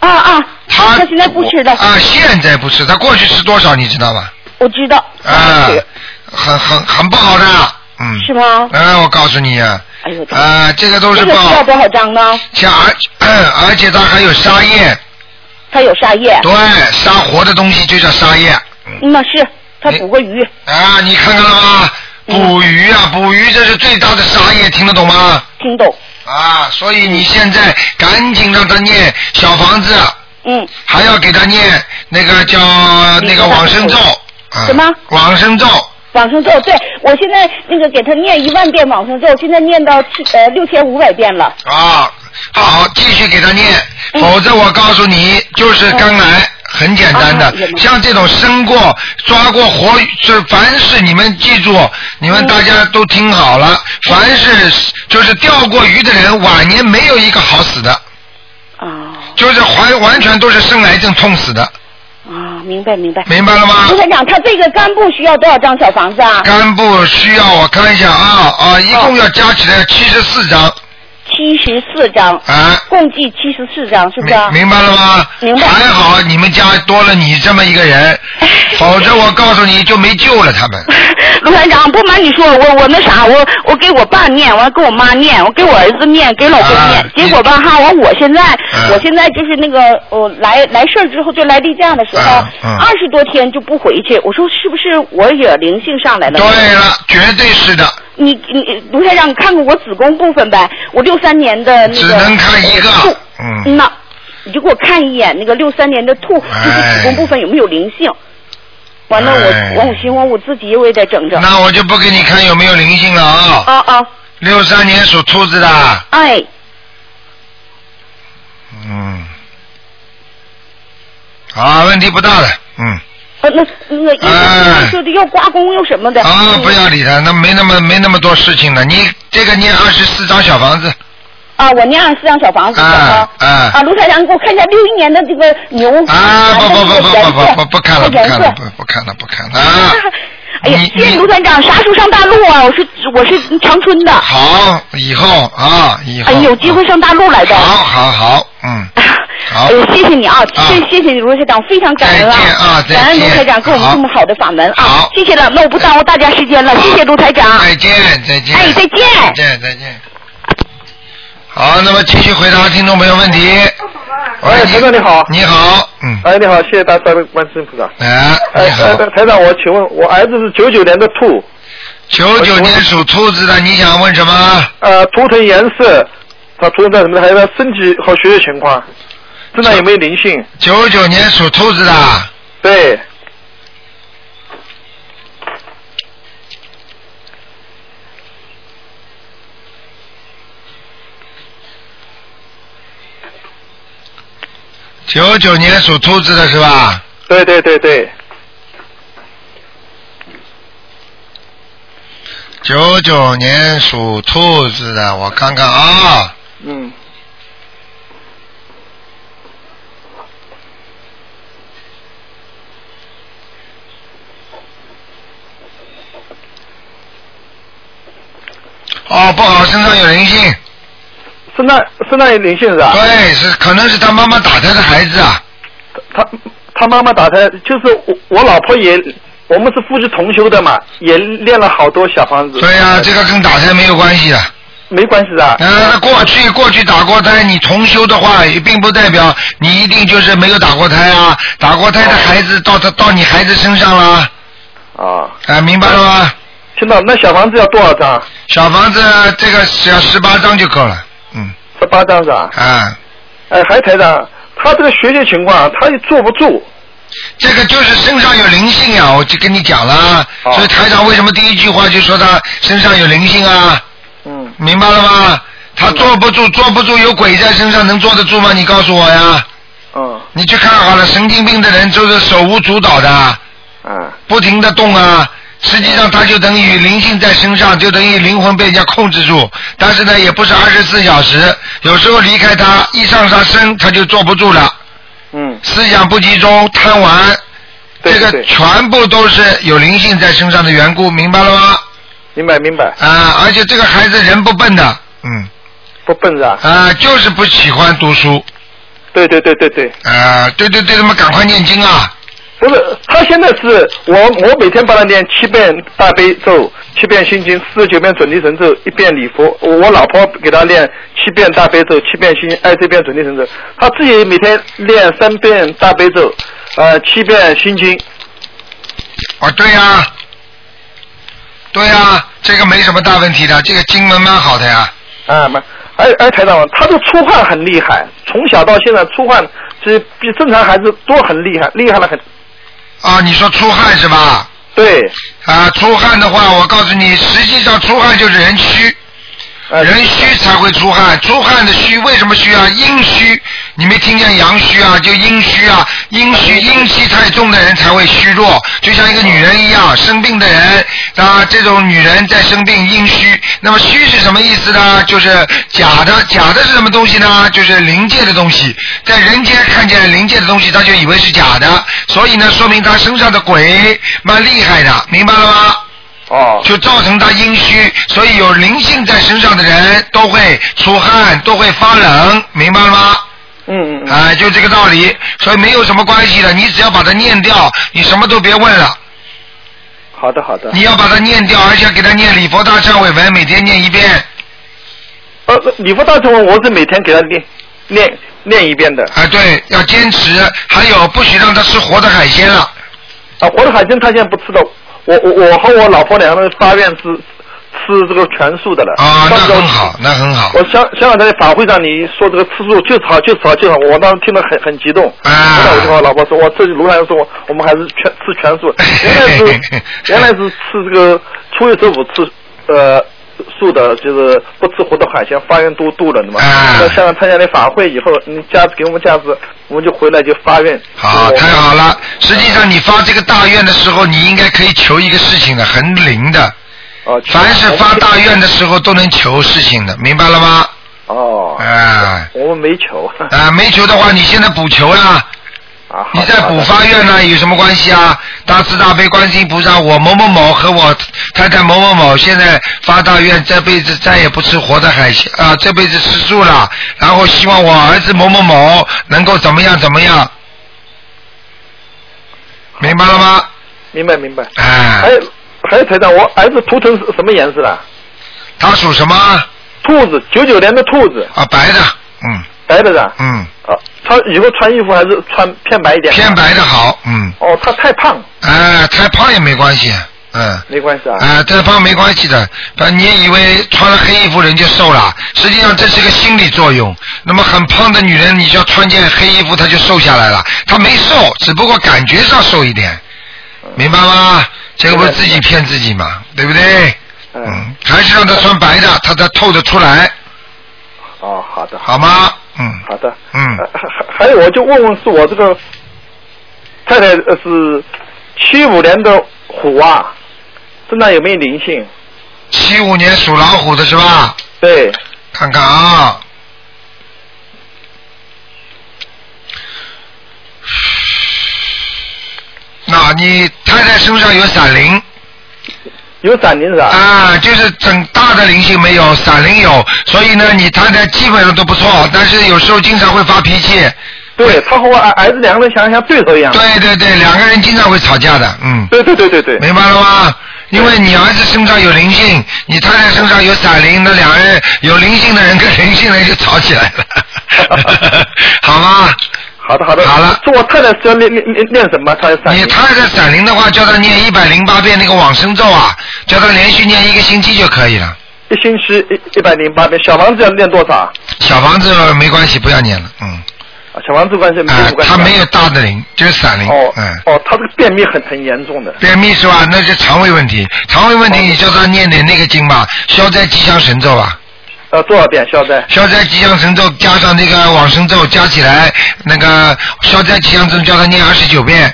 Speaker 2: 啊啊，
Speaker 1: 他
Speaker 2: 现在不吃的，
Speaker 1: 啊，现在不吃，他过去吃多少你知道吗？
Speaker 2: 我知道，
Speaker 1: 啊
Speaker 2: 是，
Speaker 1: 很很很不好的，嗯。
Speaker 2: 是吗？
Speaker 1: 啊，我告诉你啊，
Speaker 2: 哦哎呦，这个
Speaker 1: 啊，这个都
Speaker 2: 这
Speaker 1: 是不
Speaker 2: 个需要
Speaker 1: 好，
Speaker 2: 多少张呢？
Speaker 1: 像而而且它还有沙叶，
Speaker 2: 他有沙叶，
Speaker 1: 对，杀活的东西就叫沙叶。嗯
Speaker 2: 嗯那是他捕过鱼，嗯
Speaker 1: 啊，你看看了吗？捕鱼啊，捕鱼这是最大的沙业，听得懂吗？
Speaker 2: 听懂，
Speaker 1: 啊，所以你现在赶紧让他念小房子，啊
Speaker 2: 嗯，
Speaker 1: 还要给他念那个叫那个往生咒。啊
Speaker 2: 什么
Speaker 1: 往生咒。
Speaker 2: 往生咒，对我现在那个给他念一万遍往生咒，现在念到七呃六千五百遍了，
Speaker 1: 啊，好，继续给他念，
Speaker 2: 嗯
Speaker 1: 否则我告诉你，就是肝癌，很简单的
Speaker 2: 啊也，没
Speaker 1: 像这种生过、抓过活，这凡是你们记住，你们大家都听好
Speaker 2: 嗯
Speaker 1: 了，凡是就是钓过鱼的人，晚年没有一个好死的，
Speaker 2: 啊
Speaker 1: 就是完完全都是生癌症痛死的，
Speaker 2: 啊，明白明白。
Speaker 1: 明白了吗
Speaker 2: 卢？台长，他这个肝部需要多少张小房子啊？
Speaker 1: 肝部需要我看一下啊啊，一
Speaker 2: 哦
Speaker 1: 共要加起来七十四张
Speaker 2: 七十四张，
Speaker 1: 啊。
Speaker 2: 共计七十四张，是不是啊
Speaker 1: 明？明白了吗？
Speaker 2: 明白
Speaker 1: 还好你们家多了你这么一个人， 否则我告诉你就没救了他们。
Speaker 2: 卢台长，不瞒你说，我我那啥，我我给我爸念，我还给我妈念，我给我儿子念，给老公念，
Speaker 1: 啊
Speaker 2: 结果吧哈，完我现在、
Speaker 1: 嗯
Speaker 2: 我现在就是那个
Speaker 6: 呃
Speaker 2: 我来来事儿之后，就来例假的时候，
Speaker 1: 嗯嗯
Speaker 2: 二十、多天就不回去，我说是不是我也灵性上来了？
Speaker 1: 对了，绝对是的，
Speaker 2: 你你卢台长，你看看我子宫部分呗，我六三年的那个
Speaker 1: 只能看一个
Speaker 2: 兔，
Speaker 1: 嗯
Speaker 2: 那你就给我看一眼那个六三年的兔，就是子宫部分有没有灵性？完了
Speaker 1: 哎
Speaker 2: 我完我寻思我自己我也得整整。
Speaker 1: 那我就不给你看有没有灵性了啊。
Speaker 2: 啊啊，
Speaker 1: 六三年属兔子的，
Speaker 2: 哎，
Speaker 1: 嗯，啊，问题不大的，嗯，
Speaker 2: 呃那那个医
Speaker 1: 哎
Speaker 2: 生说的又刮宫又什么的。嗯
Speaker 1: 啊，不要理他，那没那么没那么多事情了。你这个念二十四张小房子，
Speaker 2: 啊，我念二十四张小房子。
Speaker 1: 啊
Speaker 2: 啊
Speaker 1: 啊
Speaker 2: 啊，卢台长，你给我看一下六一年的这个牛。
Speaker 1: 啊，不不不不不不不不看了不
Speaker 2: 颜色
Speaker 1: 看了不不看了不看了啊。
Speaker 2: 哎呀，
Speaker 1: 你
Speaker 2: 谢谢
Speaker 1: 你
Speaker 2: 卢团长，啥时候上大陆啊？我是我是长春的，
Speaker 1: 好，以后啊，以后。
Speaker 2: 哎，有机会上大陆来的。
Speaker 1: 好好好，嗯，好
Speaker 2: 哎呀，谢谢你啊，
Speaker 1: 啊
Speaker 2: 谢谢谢你卢台长，非常感恩
Speaker 1: 再见啊
Speaker 2: 啊，
Speaker 1: 再见
Speaker 2: 感恩卢台长给我们这么好的法门啊
Speaker 1: 好，
Speaker 2: 谢谢了，那我不耽误大家时间了，谢谢卢台长，
Speaker 1: 再见再见。
Speaker 2: 哎，再见。
Speaker 1: 再见再见。好，那么继续回答听众朋友问题。喂，
Speaker 8: 哎，台长你好，
Speaker 1: 你好，嗯，
Speaker 8: 哎，你好，谢谢大家的观世音菩萨。
Speaker 1: 哎，
Speaker 8: 哎，
Speaker 1: 你好
Speaker 8: 台，台长，我请问，我儿子是九九年的兔，
Speaker 1: 九九年属兔子的，你想问什么？
Speaker 8: 呃，图腾颜色，他图腾在什么？还有他身体和学业情况，身上有没有灵性？
Speaker 1: 九九年属兔子的，
Speaker 8: 对，
Speaker 1: 九九年属兔子的是吧？
Speaker 8: 对对对对，
Speaker 1: 九九年属兔子的，我看看啊，
Speaker 8: 嗯，
Speaker 1: 哦，不好，身上有灵性，
Speaker 8: 身上身上有灵性是吧？
Speaker 1: 对，是可能是他妈妈打胎的孩子啊，
Speaker 8: 他他妈妈打胎，就是我我老婆也，我们是夫妻同修的嘛，也练了好多小房子。
Speaker 1: 对呀、这个跟打胎没有关系的。啊
Speaker 8: 没关系的。啊
Speaker 1: 呃，过去过去打过胎，你重修的话，也并不代表你一定就是没有打过胎啊。打过胎的孩子到他到你孩子身上了，啊、
Speaker 8: 啊，
Speaker 1: 明白了吗？
Speaker 8: 听到那小房子要多少张？
Speaker 1: 小房子这个只要十八张就够了，
Speaker 8: 十八张是吧？
Speaker 1: 啊，
Speaker 8: 哎，还台长，他这个学习情况，他也坐不住。
Speaker 1: 这个就是身上有灵性啊，我就跟你讲了。
Speaker 8: 嗯
Speaker 1: 所以台长为什么第一句话就说他身上有灵性啊？
Speaker 8: 嗯，
Speaker 1: 明白了吗？他坐不住，坐不住，有鬼在身上能坐得住吗？你告诉我呀。
Speaker 8: 嗯。
Speaker 1: 你去看好了，神经病的人就是手舞足蹈的，
Speaker 8: 嗯，
Speaker 1: 不停的动啊。实际上，他就等于灵性在身上，就等于灵魂被人家控制住。但是呢，也不是二十四小时，有时候离开他，一上他身，他就坐不住了。
Speaker 8: 嗯。
Speaker 1: 思想不集中，贪玩，
Speaker 8: 对
Speaker 1: 这个
Speaker 8: 对
Speaker 1: 全部都是有灵性在身上的缘故，明白了吗？
Speaker 8: 明白明白，
Speaker 1: 啊，而且这个孩子人不笨的，嗯，
Speaker 8: 不笨是吧？
Speaker 1: 啊，就是不喜欢读书，
Speaker 8: 对对对对对，
Speaker 1: 啊，对对对，他们赶快念经啊，
Speaker 8: 不是，他现在是我我每天帮他念七遍大悲咒，七遍心经，四十九遍准提神咒，一遍礼佛。我我老婆给他念七遍大悲咒，七遍心经，二十遍准提神咒。他自己每天念三遍大悲咒，呃，七遍心经。
Speaker 1: 啊，对呀、对呀、这个没什么大问题的，这个经文蛮好的呀，
Speaker 8: 啊，没，哎哎，台长，他的出汗很厉害，从小到现在出汗是比正常孩子多很厉害，厉害了很。
Speaker 1: 啊，你说出汗是吧？
Speaker 8: 对，
Speaker 1: 啊，出汗的话，我告诉你，实际上出汗就是人虚，
Speaker 8: 呃，
Speaker 1: 人虚才会出汗，出汗的虚为什么虚啊？阴虚，你没听见阳虚啊？就阴虚啊，阴虚阴气太重的人才会虚弱，就像一个女人一样，生病的人啊，这种女人在生病阴虚，那么虚是什么意思呢？就是假的，假的是什么东西呢？就是灵界的东西，在人间看见灵界的东西，他就以为是假的，所以呢，说明他身上的鬼蛮厉害的，明白了吗？
Speaker 8: 哦，
Speaker 1: 就造成他阴虚，所以有灵性在身上的人都会出汗，都会发冷，明白了吗？
Speaker 8: 嗯嗯嗯，
Speaker 1: 哎、就这个道理，所以没有什么关系的，你只要把它念掉，你什么都别问了。
Speaker 8: 好的好的。
Speaker 1: 你要把它念掉，而且给他念礼佛大忏悔文，每天念一遍。
Speaker 8: 呃，礼佛大乘文我是每天给他念念念一遍的。
Speaker 1: 哎、对，要坚持。还有，不许让他吃活的海鲜了。
Speaker 8: 啊，活的海鲜他现在不吃的，我我我和我老婆两个人发愿吃吃这个全素的了。
Speaker 1: 啊、那
Speaker 8: 上次我
Speaker 1: 很好，那很好。
Speaker 8: 我想想想在法会上你说这个吃素就是好就是好就是好，我当时听得很很激动。
Speaker 1: 啊
Speaker 8: 后来我就和我老婆说，我这卢台说我我们还是全吃全素，原来是 原来是吃这个初一十五吃呃。素的，就是不吃活的海鲜，发愿度度人的嘛。
Speaker 1: 啊
Speaker 8: 那香港参加那法会以后，你下次给我们下次，我们就回来就发愿。
Speaker 1: 好，
Speaker 8: 我
Speaker 1: 太好了。实际上，你发这个大愿的时候，你应该可以求一个事情的，很灵的。
Speaker 8: 哦，
Speaker 1: 凡是发大愿的时候都能求事情的，明白了吗？
Speaker 8: 哦
Speaker 1: 啊，啊、
Speaker 8: 我们没求
Speaker 1: 没求的话，你现在补求啦，
Speaker 8: 啊，好
Speaker 1: 你
Speaker 8: 的
Speaker 1: 再补发愿呢，有什么关系啊？大慈大悲观世音菩萨，我某某某和我太太某某某现在发大愿，这辈子再也不吃活的海鲜啊、这辈子吃素了，然后希望我儿子某某某能够怎么样怎么样，明白了吗？
Speaker 8: 明白明白。
Speaker 1: 哎
Speaker 8: 还，有还有台长，我儿子图腾是什么颜色的？啊
Speaker 1: 他属什么
Speaker 8: 兔子，九九年的兔子，
Speaker 1: 啊？白的，嗯，
Speaker 8: 白的的。
Speaker 1: 嗯，
Speaker 8: 啊，他以后穿衣服还是穿偏白一点。
Speaker 1: 偏白的好，嗯，
Speaker 8: 哦，他太胖，
Speaker 1: 哎，太胖也没关系，嗯。
Speaker 8: 没关系啊。
Speaker 1: 啊，这方没关系的。反正你以为穿了黑衣服人就瘦了，实际上这是个心理作用。那么很胖的女人，你就穿件黑衣服，她就瘦下来了。她没瘦，只不过感觉上瘦一点，明白吗？这个不是自己骗自己嘛，对不对？嗯，还是让她穿白的，她才透得出来，
Speaker 8: 哦，好的，
Speaker 1: 好吗？嗯
Speaker 8: 好的。呃
Speaker 1: 嗯，
Speaker 8: 还有，我就问问，是我这个太太呃是七五年的虎啊，身上有没有灵性？
Speaker 1: 七五年属老虎的是吧？
Speaker 8: 对，
Speaker 1: 看看啊。那你太太身上有闪灵
Speaker 8: 有闪灵是吧？
Speaker 1: 啊，就是整大的灵性没有，闪灵有，所以呢，你太太基本上都不错，但是有时候经常会发脾气。
Speaker 8: 对，他和我哎儿儿子两个人像像对手一样。
Speaker 1: 对对对，两个人经常会吵架的，嗯。
Speaker 8: 对对对对对。
Speaker 1: 明白了吗？因为你儿子身上有灵性，你太太身上有闪灵，那两人有灵性的人跟灵性的人就吵起来 了，好吗？
Speaker 8: 好的好的。
Speaker 1: 好了。
Speaker 8: 是我太太需要练练练练什么？她闪
Speaker 1: 你
Speaker 8: 灵。
Speaker 1: 太太闪灵的话，叫她念一百零八遍那个往生咒啊，叫她连续念一个星期就可以了。
Speaker 8: 一星期一一百零八遍，小房子要练多少？啊
Speaker 1: 小房子没关系，不要念了，嗯。
Speaker 8: 小房子关系没
Speaker 1: 啊
Speaker 8: 有关，系吧。
Speaker 1: 他没有大的灵，就是闪灵，
Speaker 8: 哦
Speaker 1: 嗯。
Speaker 8: 哦，他这个便秘很很严重的。
Speaker 1: 便秘是吧？那是肠胃问题，肠胃
Speaker 8: 哦
Speaker 1: 问题你叫他念点那个经吧，消灾吉祥神咒吧。
Speaker 8: 呃，多少遍消灾？
Speaker 1: 消灾吉祥神咒加上那个往生咒加起来，那个消灾吉祥咒叫他念二十九遍，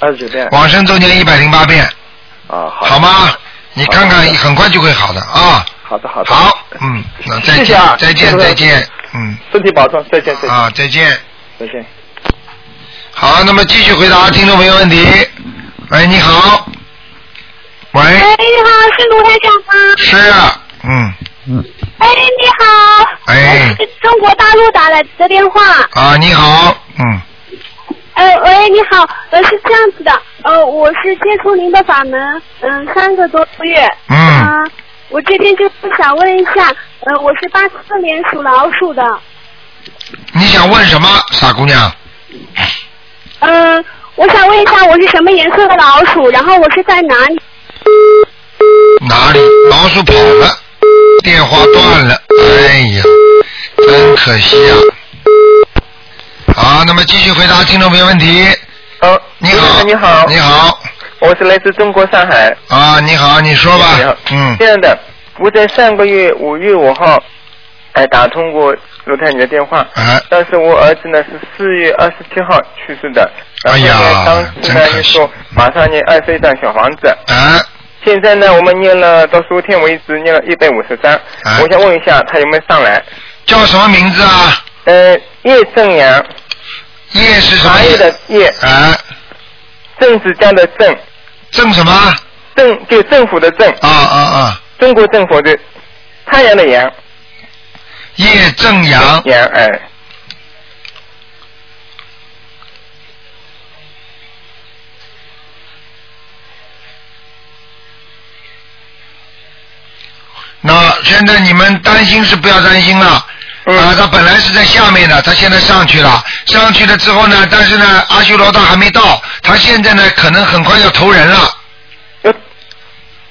Speaker 8: 二十九遍。
Speaker 1: 往生咒念一百零八遍，
Speaker 8: 啊，好。
Speaker 1: 好？吗？你看看，很快就会好的啊。
Speaker 8: 好的好的。
Speaker 1: 好，嗯，那再见，
Speaker 8: 谢谢啊
Speaker 1: 再见，
Speaker 8: 谢谢
Speaker 1: 再见，嗯，
Speaker 8: 身体保重，再见再见
Speaker 1: 啊，再见。
Speaker 8: 再见。
Speaker 1: 好，那么继续回答听众朋友问题。喂，你好。喂。
Speaker 9: 哎，你好，是卢台长吗？
Speaker 1: 是啊，嗯，
Speaker 9: 哎，你好，
Speaker 1: 哎
Speaker 9: 我，是中国大陆打来的电话。
Speaker 1: 啊，你好，嗯，
Speaker 9: 呃，喂，你好，呃，是这样子的，呃，我是接触您的法门，嗯、三个多月。
Speaker 1: 嗯
Speaker 9: 呃我这边就是想问一下，呃，我是八四年属老鼠的，
Speaker 1: 你想问什么，傻姑娘？
Speaker 9: 嗯、我想问一下我是什么颜色的老鼠，然后我是在哪里？
Speaker 1: 哪里？老鼠跑了，电话断了，哎呀，真可惜啊。好，那么继续回答听众朋友问题。
Speaker 10: 哦，
Speaker 1: 你好，
Speaker 10: 你好，
Speaker 1: 你，好，
Speaker 10: 我是来自中国上海。
Speaker 1: 啊，你好，你说
Speaker 10: 你
Speaker 1: 吧
Speaker 10: 好，
Speaker 1: 嗯
Speaker 10: 这，样的，我在上个月五月五号，哎，打通过卢太你的电话，
Speaker 1: 哎，
Speaker 10: 但是我儿子呢是四月二十七号去世的，然后呢，
Speaker 1: 哎呀
Speaker 10: 当时
Speaker 1: 真
Speaker 10: 呢
Speaker 1: 可
Speaker 10: 就
Speaker 1: 惜
Speaker 10: 说马上念二十一张小房子，
Speaker 1: 哎，
Speaker 10: 现在呢我们念了到昨天为止念了一百五十张，
Speaker 1: 哎
Speaker 10: 我想问一下他有没有上来？
Speaker 1: 叫什么名字啊？
Speaker 10: 呃，叶正阳，
Speaker 1: 叶是什么
Speaker 10: 茶叶的？叶，
Speaker 1: 哎，
Speaker 10: 政治家的政，
Speaker 1: 郑什么？
Speaker 10: 政就政府的政，
Speaker 1: 啊啊啊！
Speaker 10: 中国政府的太阳的阳。
Speaker 1: 叶正阳，
Speaker 10: 杨哎，
Speaker 1: 那现在你们担心是不要担心了。
Speaker 10: 嗯
Speaker 1: 啊，他本来是在下面的，他现在上去了，上去了之后呢，但是呢，阿修罗道还没到，他现在呢，可能很快要投人了。
Speaker 10: 要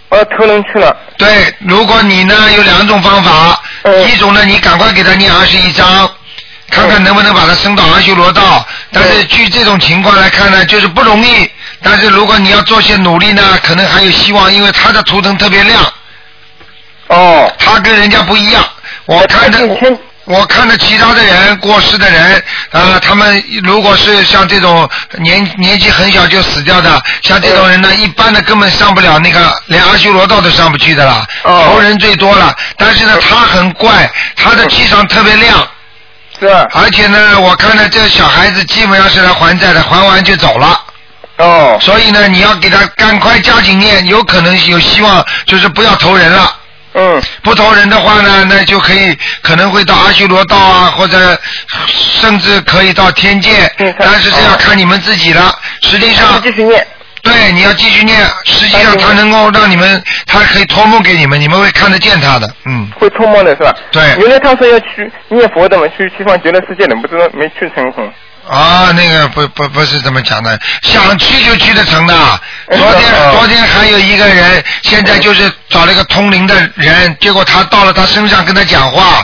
Speaker 10: 我要呃投人去了。
Speaker 1: 对，如果你呢有两种方法，
Speaker 10: 嗯
Speaker 1: 一种呢你赶快给他念二十一章，看看能不能把他升到阿修罗道。但是
Speaker 10: 嗯
Speaker 1: 据这种情况来看呢，就是不容易。但是如果你要做些努力呢，可能还有希望，因为他的图腾特别亮，
Speaker 10: 哦，
Speaker 1: 他跟人家不一样。我
Speaker 10: 哎
Speaker 1: 看
Speaker 10: 他
Speaker 1: 着
Speaker 10: 今天
Speaker 1: 我看着其他的人过世的人，呃，他们如果是像这种年年纪很小就死掉的，像这种人呢，一般的根本上不了那个，连阿修罗道都上不去的啦，
Speaker 10: 哦
Speaker 1: 头人最多了。但是呢，他很怪，他的气场特别亮，
Speaker 10: 是吧？
Speaker 1: 而且呢，我看着这小孩子基本上是来还债的，还完就走了。
Speaker 10: 哦，
Speaker 1: 所以呢，你要给他赶快加紧念，有可能有希望，就是不要投人了。
Speaker 10: 嗯，
Speaker 1: 不投人的话呢，那就可以可能会到阿修罗道啊，或者甚至可以到天界
Speaker 10: 嗯，
Speaker 1: 但是这要看你们自己了。实际
Speaker 10: 那
Speaker 1: 上
Speaker 10: 就继，续念。
Speaker 1: 对对，你要继续念，实际上他能够让你们，他可以托梦给你们，你们会看得见他的，嗯，
Speaker 10: 会托梦的是吧？
Speaker 1: 对。
Speaker 10: 原来他说要去念佛的嘛，去西方极乐世界的，不知道没去成功。
Speaker 1: 啊，那个不不不是这么讲的，想去就去得成的。昨天昨天还有一个人，现在就是找了一个通灵的人，结果他到了他身上跟他讲话，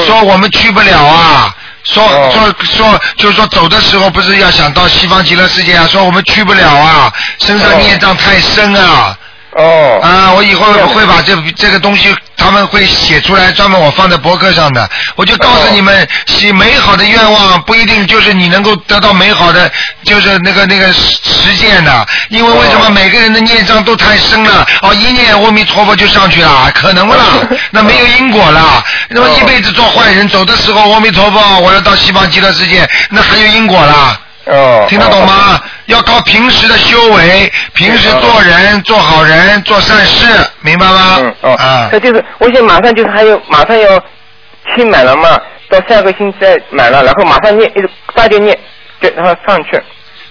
Speaker 1: 说我们去不了啊，说说说，就是说走的时候不是要想到西方极乐世界啊，说我们去不了啊，身上孽障太深啊。
Speaker 10: 哦。
Speaker 1: 啊，我以后会把这这个东西，他们会写出来，专门我放在博客上的。我就告
Speaker 10: 哦
Speaker 1: 诉你们，写美好的愿望不一定就是你能够得到美好的，就是那个那个实实践的。因为为什
Speaker 10: 哦
Speaker 1: 么每个人的孽障都太深了？哦，一念阿弥陀佛就上去了，可能 不啦？那没有因果
Speaker 10: 哦
Speaker 1: 了。那么一辈子做坏人，走的时候阿弥陀佛，我要到西方极乐世界，那还有因果啦。
Speaker 10: 哦，
Speaker 1: 听得懂吗？要靠平时的修为，平时做人、做好人、做善事，明白吗？
Speaker 10: 嗯哦
Speaker 1: 啊
Speaker 10: 他就是，我想马上就是还有马上要期满了嘛，到下个星期再买了，然后马上念一直大就念，对，然后上去。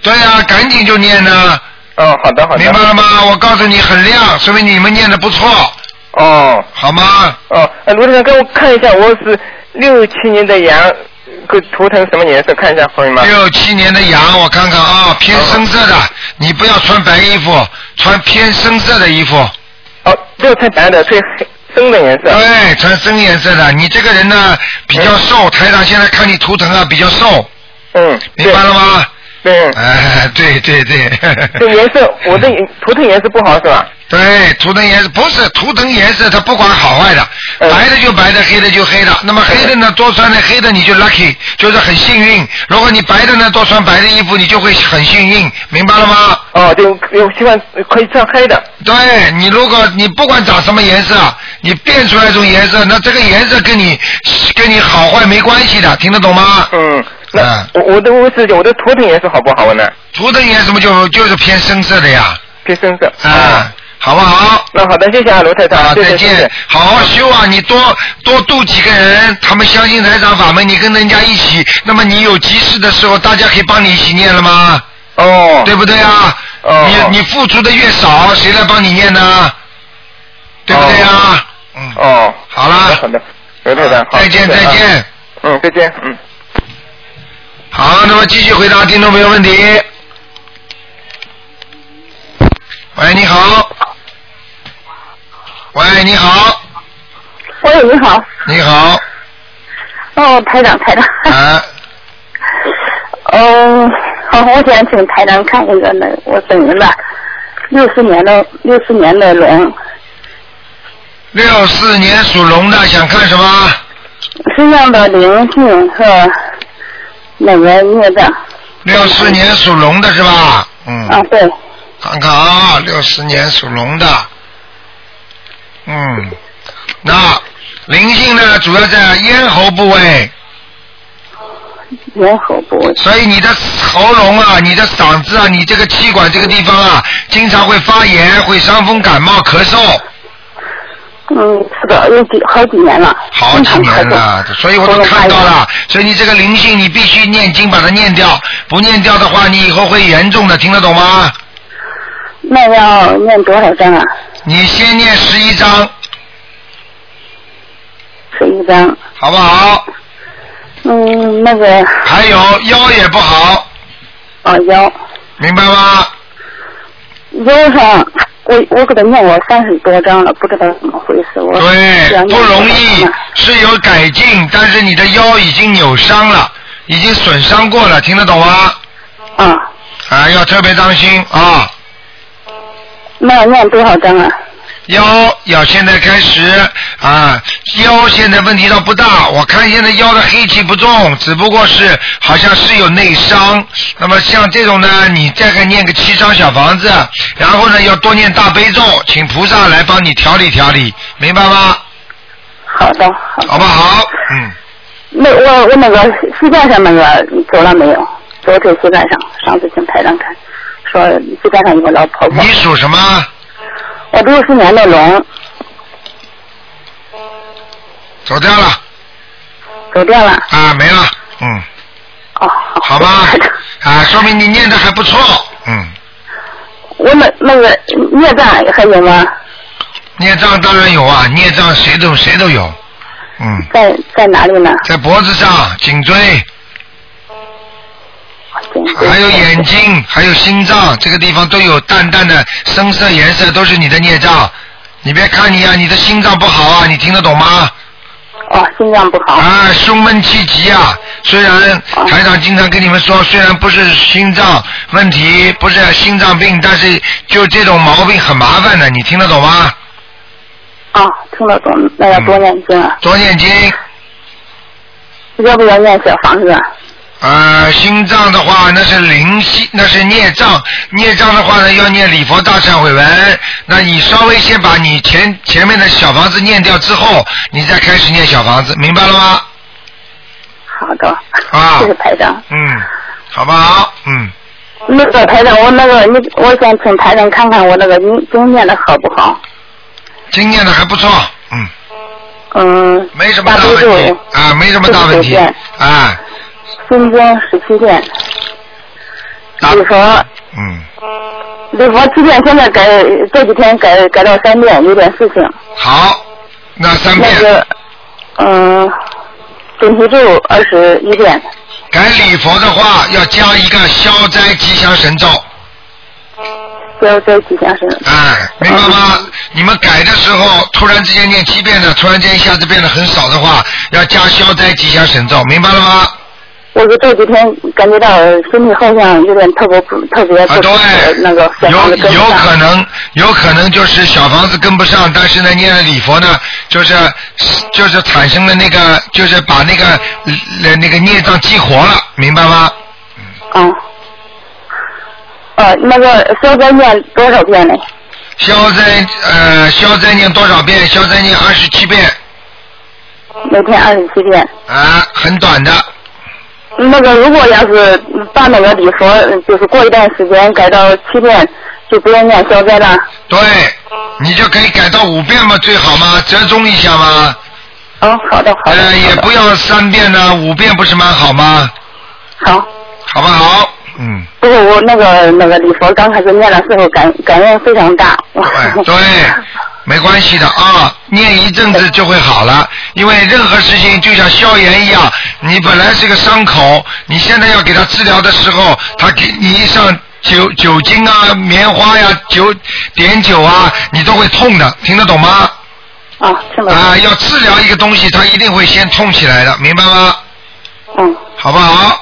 Speaker 1: 对呀、赶紧就念呢。
Speaker 10: 哦，好的好的。
Speaker 1: 明白了吗？我告诉你很亮，说明你们念的不错。
Speaker 10: 哦。
Speaker 1: 好吗？
Speaker 10: 哦，呃卢先生，给我看一下，我是六七年的羊，个图腾什么颜色？看一下可以吗？
Speaker 1: 六七年的羊，我看看啊、偏深色的，你不要穿白衣服，穿偏深色的衣服。
Speaker 10: 哦，这个太白的，最黑深的颜色。
Speaker 1: 对，穿深颜色的。你这个人呢比较瘦，台长现在看你图腾啊比较瘦，
Speaker 10: 嗯，
Speaker 1: 明白了吗？
Speaker 10: 对。
Speaker 1: 哎，对对对。
Speaker 10: 这颜色，我的颜图腾颜色不好是吧？
Speaker 1: 对，图腾颜色不是图腾颜色，它不管好坏的，
Speaker 10: 嗯
Speaker 1: 白的就白的，黑的就黑的。那么黑的呢，多穿点黑的你就 lucky，就是很幸运。如果你白的呢，多穿白的衣服，你就会很幸运，明白了吗？
Speaker 10: 哦，就有希望可以穿黑的。
Speaker 1: 对你，如果你不管长什么颜色，你变出来一种颜色，那这个颜色跟你跟你好坏没关系的，听得懂吗？
Speaker 10: 嗯，
Speaker 1: 那
Speaker 10: 我我的我是我的图腾颜色好不好呢？
Speaker 1: 图腾颜色嘛就就是偏深色的呀，
Speaker 10: 偏深色。
Speaker 1: 啊，好不好？
Speaker 10: 那好的，谢谢啊，罗太太。
Speaker 1: 啊，
Speaker 10: 谢谢
Speaker 1: 再
Speaker 10: 谢谢
Speaker 1: 见！好好修啊，你多多度几个人，他们相信台长法门，你跟人家一起，那么你有急事的时候，大家可以帮你一起念了吗？
Speaker 10: 哦，
Speaker 1: 对不对啊？
Speaker 10: 哦
Speaker 1: 你你付出的越少，谁来帮你念呢？对不对啊？
Speaker 10: 哦，
Speaker 1: 好啦，
Speaker 10: 好的，刘太太，好，
Speaker 1: 再见
Speaker 10: 谢谢啊
Speaker 1: 再见。
Speaker 10: 嗯，再见，嗯。
Speaker 1: 好，那么继续回答听众朋友问题。喂，你好。喂，你好，
Speaker 4: 喂，你好，
Speaker 1: 你好，
Speaker 4: 哦，台长，台长，
Speaker 1: 啊，
Speaker 4: 哦，好，我想请台长看一个那我本人吧，六四年的六四年的龙，
Speaker 1: 六四年属龙的想看什么？
Speaker 4: 身上的灵性和那个孽障，
Speaker 1: 六四年属龙的是吧？嗯，
Speaker 4: 啊，对，
Speaker 1: 看看啊，六四年属龙的，嗯，那灵性呢，主要在咽喉部位，
Speaker 4: 咽喉部位，
Speaker 1: 所以你的喉咙啊，你的嗓子啊，你这个气管这个地方啊，经常会发炎，会伤风感冒、咳嗽，
Speaker 4: 嗯，是的，有几好几年了，
Speaker 1: 好几年了，所以我都看到了。所以你这个灵性，你必须念经把它念掉，不念掉的话，你以后会严重的，听得懂吗？
Speaker 4: 那要念多少章啊？
Speaker 1: 你先念十一章，
Speaker 4: 十一章，
Speaker 1: 好不好？
Speaker 4: 嗯，那个
Speaker 1: 还有腰也不好，
Speaker 4: 哦腰
Speaker 1: 明白吗？
Speaker 4: 腰上。我我给他念我三十多章了，不知道怎么回事。我
Speaker 1: 对，
Speaker 4: 想念
Speaker 1: 不容易
Speaker 4: 多少章啊，
Speaker 1: 是有改进，但是你的腰已经扭伤了，已经损伤过了，听得懂吗？
Speaker 4: 啊，
Speaker 1: 啊，要特别当心啊！
Speaker 4: 那要念多少章啊？
Speaker 1: 腰要现在开始啊，腰现在问题倒不大，我看现在腰的黑气不重，只不过是好像是有内伤。那么像这种呢，你再给念个七张小房子，然后呢要多念大悲咒，请菩萨来帮你调理调理，明白吗？
Speaker 4: 好的，好的。
Speaker 1: 好不好？嗯，
Speaker 4: 那我我那个膝盖上那个走了没有？左腿膝盖上，上次请台长看，说膝盖上有个老婆婆
Speaker 1: 你。属什么？
Speaker 4: 我六四年的龙
Speaker 1: 走掉了
Speaker 4: 走掉了。
Speaker 1: 啊，没了，嗯，
Speaker 4: 哦，
Speaker 1: 好吧，啊，说明你念的还不错，嗯，
Speaker 4: 我我那那个孽障还有吗？
Speaker 1: 孽障当然有啊，孽障谁都谁都有，嗯，
Speaker 4: 在在哪里呢？
Speaker 1: 在脖子上、颈椎，还有眼睛，还有心脏这个地方都有淡淡的深色颜色，都是你的孽障。你别看你呀、你的心脏不好啊，你听得懂吗？
Speaker 4: 哦，心脏不好。啊
Speaker 1: 啊，胸闷气急啊！虽然台长经常跟你们说，虽然不是心脏问题，不是心脏病，但是就这种毛病很麻烦的，你听得懂吗？
Speaker 4: 哦，听得懂，那要多念经啊。
Speaker 1: 嗯多念经。
Speaker 4: 要不要念小房子啊？
Speaker 1: 呃，心脏的话那是灵性，那是孽障。孽障的话呢，要念礼佛大忏悔文。那你稍微先把你前前面的小房子念掉之后，你再开始念小房子，明白了吗？
Speaker 4: 好的。
Speaker 1: 啊
Speaker 4: 谢谢台长。
Speaker 1: 嗯，好不好？嗯，
Speaker 4: 那个台长，我那个你，我想请台长看看我那个经经念的好不好？
Speaker 1: 经念的还不错，嗯，
Speaker 4: 嗯。
Speaker 1: 没什么大问题啊，没什么大问题
Speaker 4: 49
Speaker 1: 啊
Speaker 4: 遍。
Speaker 1: 哎
Speaker 4: 心经十七遍，礼佛，
Speaker 1: 嗯，
Speaker 4: 礼佛七遍，现在改这几天改改到三遍，有点事情。
Speaker 1: 好， 那三
Speaker 4: 遍。那个，嗯、准提咒二十一遍，
Speaker 1: 改礼佛的话要加一个消灾吉祥神咒。
Speaker 4: 消灾吉祥神。
Speaker 1: 哎，明白吗？你们改的时候，突然之间念七遍的，突然间一下子变得很少的话，要加消灾吉祥神咒，明白了吗？
Speaker 4: 我就这几天感觉到身体好像有点特别不特别不、那个小
Speaker 1: 有
Speaker 4: 房子跟不
Speaker 1: 有
Speaker 4: 上
Speaker 1: 可能，有可能就是小房子跟不上，但是呢，念了礼佛呢，就是就是产生了那个，就是把那个呃那个孽障激活了，明白吗？
Speaker 4: 嗯。呃，那个消灾念多少遍呢？
Speaker 1: 消灾呃消灾念多少遍？消灾念二十七遍
Speaker 4: 每天二十七遍。
Speaker 1: 啊，很短的。
Speaker 4: 那个如果要是把那个礼佛，就是过一段时间改到七遍，就不用念消灾了。
Speaker 1: 对，你就可以改到五遍嘛，最好嘛，折中一下嘛。
Speaker 4: 哦，好的，
Speaker 1: 好的。呃，也不要三遍呢、五遍不是蛮好吗？
Speaker 4: 好。
Speaker 1: 好不好？
Speaker 4: 不是我那个那个礼佛刚开始念的时候感感恩非常大，
Speaker 1: 对对，没关系的啊，念一阵子就会好了。因为任何事情就像消炎一样，你本来是个伤口，你现在要给它治疗的时候，它给你上酒酒精啊、棉花呀、酒碘酒啊，你都会痛的，听得懂吗？
Speaker 4: 啊，听得懂。
Speaker 1: 啊，要治疗一个东西，它一定会先痛起来的，明白吗？
Speaker 4: 嗯。
Speaker 1: 好不好？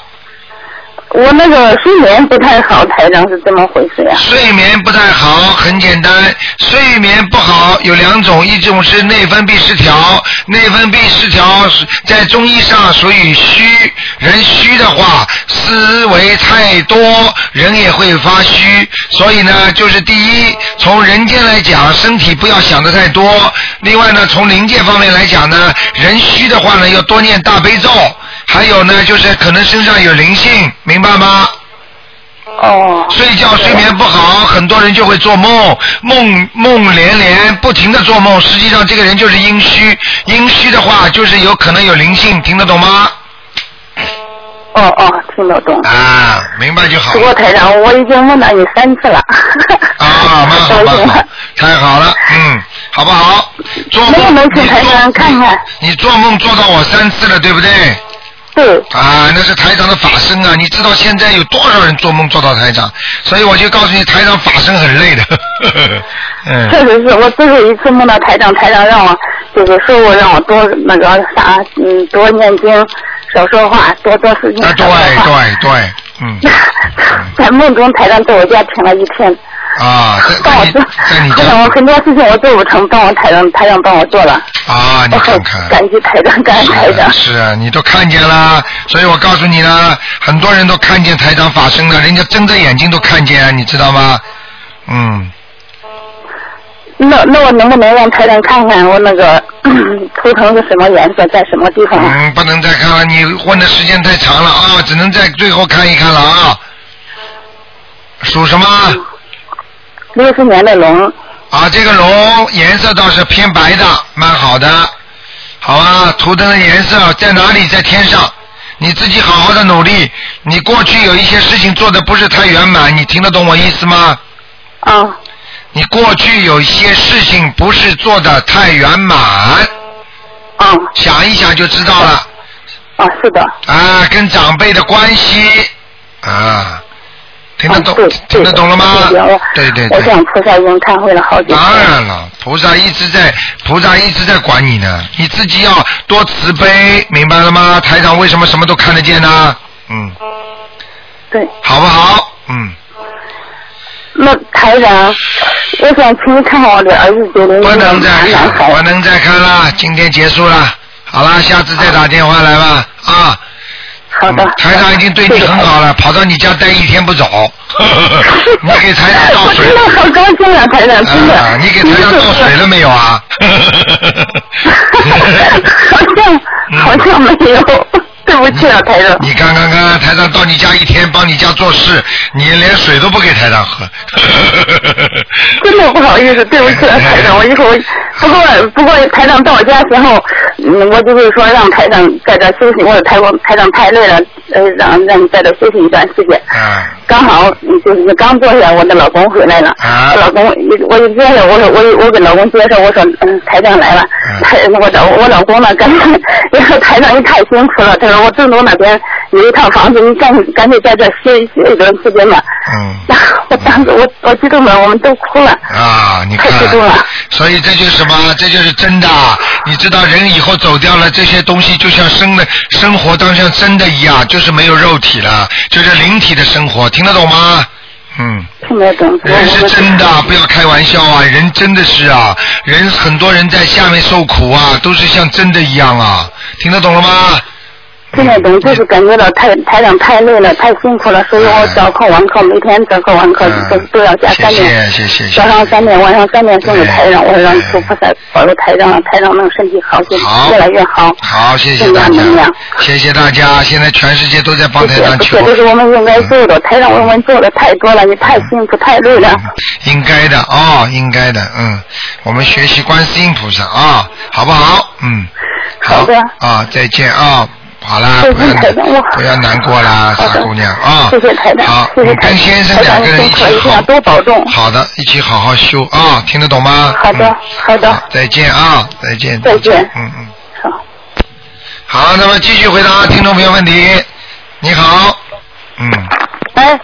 Speaker 4: 我那个睡眠不太好，台长是怎么回事呀、
Speaker 1: 睡眠不太好，很简单，睡眠不好有两种，一种是内分泌失调，内分泌失调是在中医上属于虚，人虚的话，思维太多，人也会发虚，所以呢，就是第一，从人间来讲，身体不要想的太多；另外呢，从灵界方面来讲呢，人虚的话呢，要多念大悲咒，还有呢，就是可能身上有灵性，明白吗？
Speaker 4: 哦。
Speaker 1: 睡觉睡眠不好，很多人就会做梦，梦梦连连，不停的做梦。实际上这个人就是阴虚，阴虚的话就是有可能有灵性，听得懂吗？
Speaker 4: 哦哦，听得懂。
Speaker 1: 啊，明白就好
Speaker 4: 不。过台长，我已经问了你三次了。
Speaker 1: 啊，蛮 好蛮好，太好了，嗯，好不好？做
Speaker 4: 没有
Speaker 1: 梦
Speaker 4: 没有，请
Speaker 1: 你
Speaker 4: 台长看看。
Speaker 1: 你做梦做到我三次了，对不对？
Speaker 4: 对。
Speaker 1: 啊，那是台长的法身啊！你知道现在有多少人做梦做到台长？所以我就告诉你，台长法身很累的。 嗯。
Speaker 4: 确实是我最后一次梦到台长，台长让我就是说我让我多那个啥，嗯，多念经，少说话，多做事情。啊，对
Speaker 1: 对对，嗯。
Speaker 4: 在梦中，台长在我家停了一天。
Speaker 1: 啊，
Speaker 4: 帮我做， 台长，我很多事情我做不成，帮我台长，台长帮我做了。
Speaker 1: 啊，你看看。
Speaker 4: 感激台长，感恩台长。
Speaker 1: 是啊，你都看见了，所以我告诉你了，很多人都看见台长法身了，人家睁着眼睛都看见，啊你知道吗？嗯，
Speaker 4: 那那我能不能让台长看看我那个 图腾是什么颜色，在什么地方？
Speaker 1: 嗯，不能再看了，你混的时间太长了啊，只能在最后看一看了啊。属什么？
Speaker 4: 六十年的龙。
Speaker 1: 啊，这个龙颜色倒是偏白的，蛮好的。好啊，图腾的颜色在哪里？在天上。你自己好好的努力，你过去有一些事情做的不是太圆满，你听得懂我意思吗？
Speaker 4: 啊，
Speaker 1: 你过去有一些事情不是做的太圆满。
Speaker 4: 啊。
Speaker 1: 想一想就知道了。
Speaker 4: 啊，是的。
Speaker 1: 啊，跟长辈的关系啊，听得
Speaker 4: 啊哦
Speaker 1: 懂、听得懂了吗？对对
Speaker 4: 我
Speaker 1: 对，
Speaker 4: 想菩萨已经忏悔了好几次。
Speaker 1: 当然了，菩萨一直在，菩萨一直在管你呢，你自己要多慈悲，明白了吗？台长为什么什么都看得见呢？嗯。
Speaker 4: 对。
Speaker 1: 好不好？嗯。
Speaker 4: 那台长，我想请你看看我的儿子九零
Speaker 1: 不能再看，不能再看了，今天结束了。好了，下次再打电话来吧，啊。嗯
Speaker 4: 好的。
Speaker 1: 台长已经对你很好了，跑到你家待一天不走，你给台长倒水。
Speaker 4: 我好高兴啊，台长，真的。
Speaker 1: 啊，你给台长倒水了没有啊？
Speaker 4: 好像好像没有，对不起啊，台长。
Speaker 1: 你看看看，台长到你家一天帮你家做事，你连水都不给台长喝。
Speaker 4: 真的不好意思，对不起啊，台长，我一 会儿不过不过台长到我家之后，嗯，我就是说让台长在这儿休息，我台长台长太累了，呃，让让你在这儿休息一段时间。
Speaker 1: 嗯。
Speaker 4: 刚好嗯就是刚坐下，我的老公回来了。
Speaker 1: 啊
Speaker 4: 我老公，我就接着我说我我给老公介绍，我说嗯，台长来了。台 我老我老公呢，刚才然后台长也太辛苦了，他说我郑州那边有一套房子，你干干脆在这儿歇一歇一段时间吧。嗯。 我当时我我激动的我们都哭了。
Speaker 1: 啊，你看
Speaker 4: 太激动了，
Speaker 1: 所以这就是什么？这就是真的。你知道，人以后走掉了，这些东西就像生的生活当像真的一样，就是没有肉体了，就是灵体的生活，听得懂吗？嗯。
Speaker 4: 听得懂。
Speaker 1: 人是真的，不要开玩笑啊！人真的是啊，人很多人在下面受苦啊，都是像真的一样啊，听得懂了吗？
Speaker 4: 听得懂，就是感觉到台台长太累
Speaker 1: 嗯
Speaker 4: 了，太辛苦了，所以我早课晚课，每天早课晚课都都要加三点，
Speaker 1: 谢谢谢谢哎
Speaker 4: 早。上三点，晚上三点送给台长，我让求菩萨保佑台长，让台长能身体好些，
Speaker 1: 好
Speaker 4: 越来越好。
Speaker 1: 好，谢谢
Speaker 4: 更加
Speaker 1: 大
Speaker 4: 能
Speaker 1: 家
Speaker 4: 量，
Speaker 1: 谢谢大家。现在全世界都在帮台长
Speaker 4: 这
Speaker 1: 求
Speaker 4: 这，都是我们应该做
Speaker 1: 嗯
Speaker 4: 的，台长我们做的太多了，也太辛苦太累了。
Speaker 1: 应该的哦，应该的，嗯，我们学习观世音菩萨啊、好不好？嗯，好的啊，再见啊、好啦，
Speaker 4: 谢谢
Speaker 1: 不要
Speaker 4: 台
Speaker 1: 难
Speaker 4: 长我
Speaker 1: 不要难过啦，傻姑娘啊、
Speaker 4: 谢谢台长
Speaker 1: 好，
Speaker 4: 谢谢
Speaker 1: 你跟
Speaker 4: 台长
Speaker 1: 先生
Speaker 4: 台长
Speaker 1: 两个人
Speaker 4: 辛
Speaker 1: 一
Speaker 4: 苦了
Speaker 1: 起
Speaker 4: 一定
Speaker 1: 好，
Speaker 4: 要多保
Speaker 11: 嗯
Speaker 4: 重
Speaker 1: 好的，一起好好修啊、听得懂吗？
Speaker 4: 好的
Speaker 1: 嗯
Speaker 4: 好的，
Speaker 1: 再见啊，再见，
Speaker 4: 再见
Speaker 1: 嗯嗯，好，好，那么继续回答听众朋友问题。你好，嗯，
Speaker 11: 哎，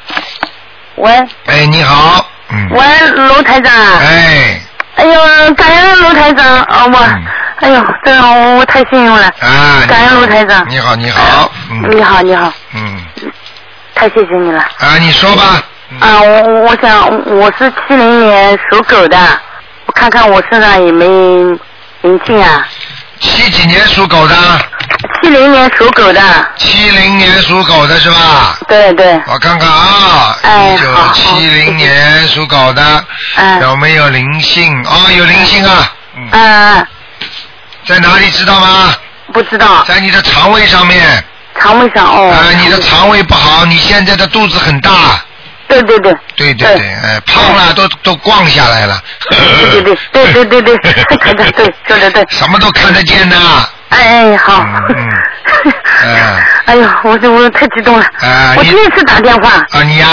Speaker 11: 喂
Speaker 1: 哎，你好，嗯
Speaker 11: 喂，卢台长。
Speaker 1: 哎。
Speaker 11: 哎呦，感恩卢台长啊！我，
Speaker 1: 嗯
Speaker 11: 哎呦，这个我我太幸运了。
Speaker 1: 啊
Speaker 11: 感恩卢台长。
Speaker 1: 你好，你好，嗯
Speaker 11: 你好，你好，
Speaker 1: 嗯，
Speaker 11: 太谢谢你了。
Speaker 1: 啊，你说吧，
Speaker 11: 啊，我我我想我是七零年属狗的，我看看我身上有没有灵性啊？
Speaker 1: 七几年属狗的？
Speaker 11: 七零年属狗的。
Speaker 1: 七零年属狗的是吧？
Speaker 11: 对对。
Speaker 1: 我看看啊，一九七零年属狗的，有没有灵性？哦，有灵性啊，
Speaker 11: 嗯。
Speaker 1: 在哪里知道吗？
Speaker 11: 不知道。
Speaker 1: 在你的肠胃上面。
Speaker 11: 肠胃上哦。
Speaker 1: 啊，你的肠胃不好，你现在的肚子很大。
Speaker 11: 对对对。
Speaker 1: 对对对，哎，胖了都都逛下来了。
Speaker 11: 对对对对对对对，台长对，说的对。
Speaker 1: 什么都看得见的。
Speaker 11: 哎哎好，
Speaker 1: 嗯，
Speaker 11: 哎呦，我这我太激动了，
Speaker 1: 啊，
Speaker 11: 我
Speaker 1: 你
Speaker 11: 第一次打电话。
Speaker 1: 啊你呀。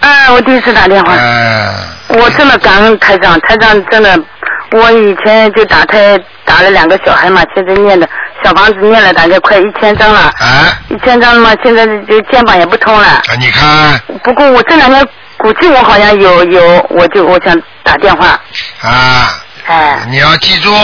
Speaker 11: 哎，我第一次打电话。
Speaker 1: 啊
Speaker 11: 我真的感恩台长，台长真的，我以前就打胎打了两个小孩嘛，现在念的小房子念了大概快一千张了，
Speaker 1: 啊，
Speaker 11: 一千张了嘛，现在就肩膀也不痛了。
Speaker 1: 啊你看
Speaker 11: 不过我这两天估计我好像有有，我就我想打电话。
Speaker 1: 啊。
Speaker 11: 哎。
Speaker 1: 你要记住，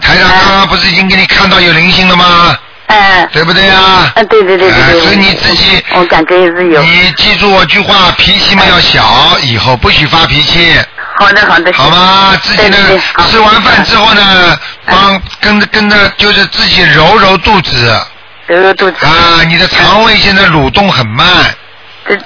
Speaker 1: 台长刚刚不是已经给你看到有灵性了吗？
Speaker 11: 哎。
Speaker 1: 对不对啊？
Speaker 11: 哎，对对对对对。
Speaker 1: 所以你自己，
Speaker 11: 我感觉也是有。
Speaker 1: 你记住我句话，脾气嘛要小，以后不许发脾气。
Speaker 11: 好的好的。
Speaker 1: 好吗？自己呢
Speaker 11: 对对对，好啊
Speaker 1: 吃完饭之后呢，帮跟着跟着就是自己揉揉肚子。
Speaker 11: 揉揉肚
Speaker 1: 子。啊，你的肠胃现在蠕动很慢。
Speaker 11: 对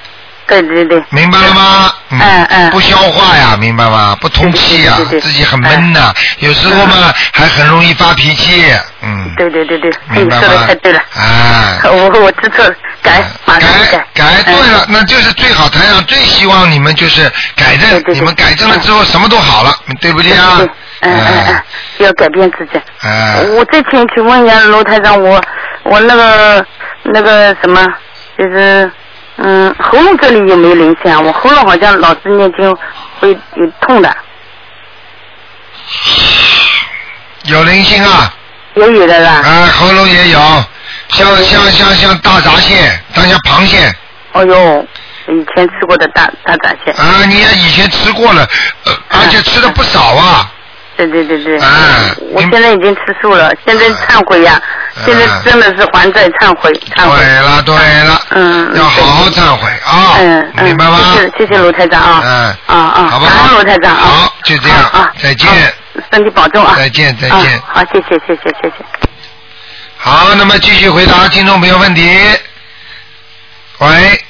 Speaker 11: 对对对。
Speaker 1: 明白了吗？嗯嗯。不消化呀，明白吗？不通气呀，自己很闷呐，
Speaker 11: 嗯
Speaker 1: 有时候嘛还很容易发脾气。嗯。
Speaker 11: 对对对对，哎，
Speaker 1: 明
Speaker 11: 你
Speaker 1: 白
Speaker 11: 说
Speaker 1: 吗
Speaker 11: 的太对了。
Speaker 1: 啊。
Speaker 11: 我我知错了，改马上改。
Speaker 1: 嗯
Speaker 11: 嗯
Speaker 1: 改对了，那就是最好。台长最希望你们就是改正，你们改正了之后什么都好了，对不对啊？
Speaker 11: 嗯嗯嗯，要改变自己。
Speaker 1: 哎，
Speaker 11: 我再请请问一下罗台长，我我那个那个什么，就是嗯，喉咙这里有没有灵性啊？我喉咙好像老是念经
Speaker 4: 会有痛的。
Speaker 1: 有灵性啊。
Speaker 4: 也有的啦。
Speaker 1: 啊，喉咙也有，像像像像大闸蟹，像像螃蟹。
Speaker 4: 哎呦，以前吃过的大大闸蟹。啊
Speaker 1: 啊，你也以前吃过了，呃而且吃的不少啊。
Speaker 4: 对对对对。啊。我现在已经吃素了，现在忏悔呀、现在真的是还债忏悔，忏悔。
Speaker 1: 啊对了对了。
Speaker 4: 嗯。
Speaker 1: 要好好忏悔啊。
Speaker 4: 嗯嗯。明白吗？谢谢谢谢卢台长啊。
Speaker 1: 嗯。
Speaker 4: 啊啊。好吧。感恩卢台长啊。好，
Speaker 1: 就这样。
Speaker 4: 啊。
Speaker 1: 再见。
Speaker 4: 身体保重啊。
Speaker 1: 再见再
Speaker 4: 啊
Speaker 1: 见。
Speaker 4: 好，谢谢谢谢谢谢。
Speaker 1: 好，那么继续回答听众朋友问题。喂，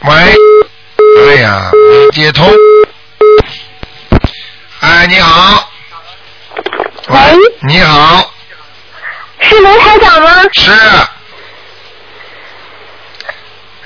Speaker 1: 喂，哎呀，没接通。哎，你好。喂，你好，
Speaker 2: 是卢台长吗？
Speaker 1: 是。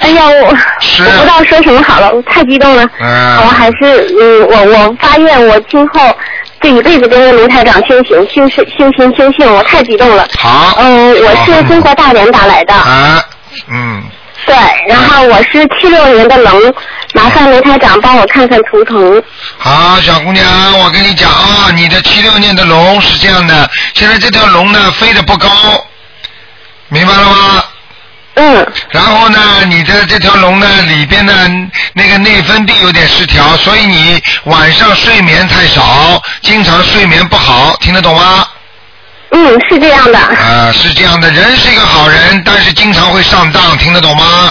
Speaker 2: 哎呀，我
Speaker 1: 是
Speaker 2: 我不知道说什么好了，我太激动了。
Speaker 1: 嗯
Speaker 2: 我还是嗯，我我发愿，我今后这一辈子跟着卢台长修行，修身修心修性，我太激动了。
Speaker 1: 好。
Speaker 2: 嗯，我是中国大连打来的。
Speaker 1: 啊，嗯。
Speaker 2: 对，然后我是七六年的龙，麻烦卢台长帮我看看图腾。
Speaker 1: 好，小姑娘，我跟你讲啊，你的七六年的龙是这样的，现在这条龙呢飞得不高，明白了吗？
Speaker 2: 嗯。
Speaker 1: 然后呢，你的这条龙呢里边呢那个内分泌有点失调，所以你晚上睡眠太少，经常睡眠不好，听得懂吗？
Speaker 2: 嗯，是这样的。
Speaker 1: 啊，是这样的，人是一个好人，但是经常会上当，听得懂吗？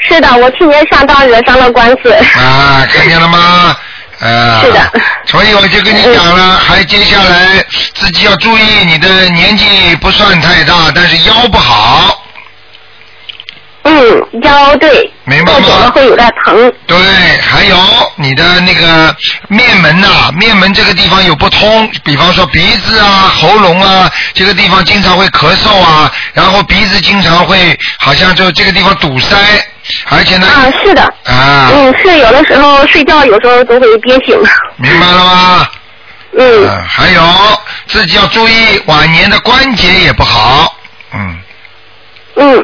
Speaker 2: 是的，我去年上当惹上了官司。
Speaker 1: 啊，看见了吗？呃，
Speaker 2: 是的。嗯
Speaker 1: 所以我就跟你讲了，还接下来自己要注意，你的年纪不算太大，但是腰不好，
Speaker 2: 嗯，腰对，
Speaker 1: 明白
Speaker 2: 坐久了
Speaker 1: 吗？
Speaker 2: 会有点疼。
Speaker 1: 对，还有你的那个面门呐、面门这个地方有不通，比方说鼻子啊、喉咙啊，这个地方经常会咳嗽啊，然后鼻子经常会好像就这个地方堵塞，而且呢，
Speaker 2: 啊，是的。
Speaker 1: 啊，
Speaker 2: 嗯，是有的时候睡觉，有时候都会憋醒。
Speaker 1: 明白了吗？啊
Speaker 2: 嗯、
Speaker 1: 还有自己要注意晚年的关节也不好，
Speaker 2: 嗯，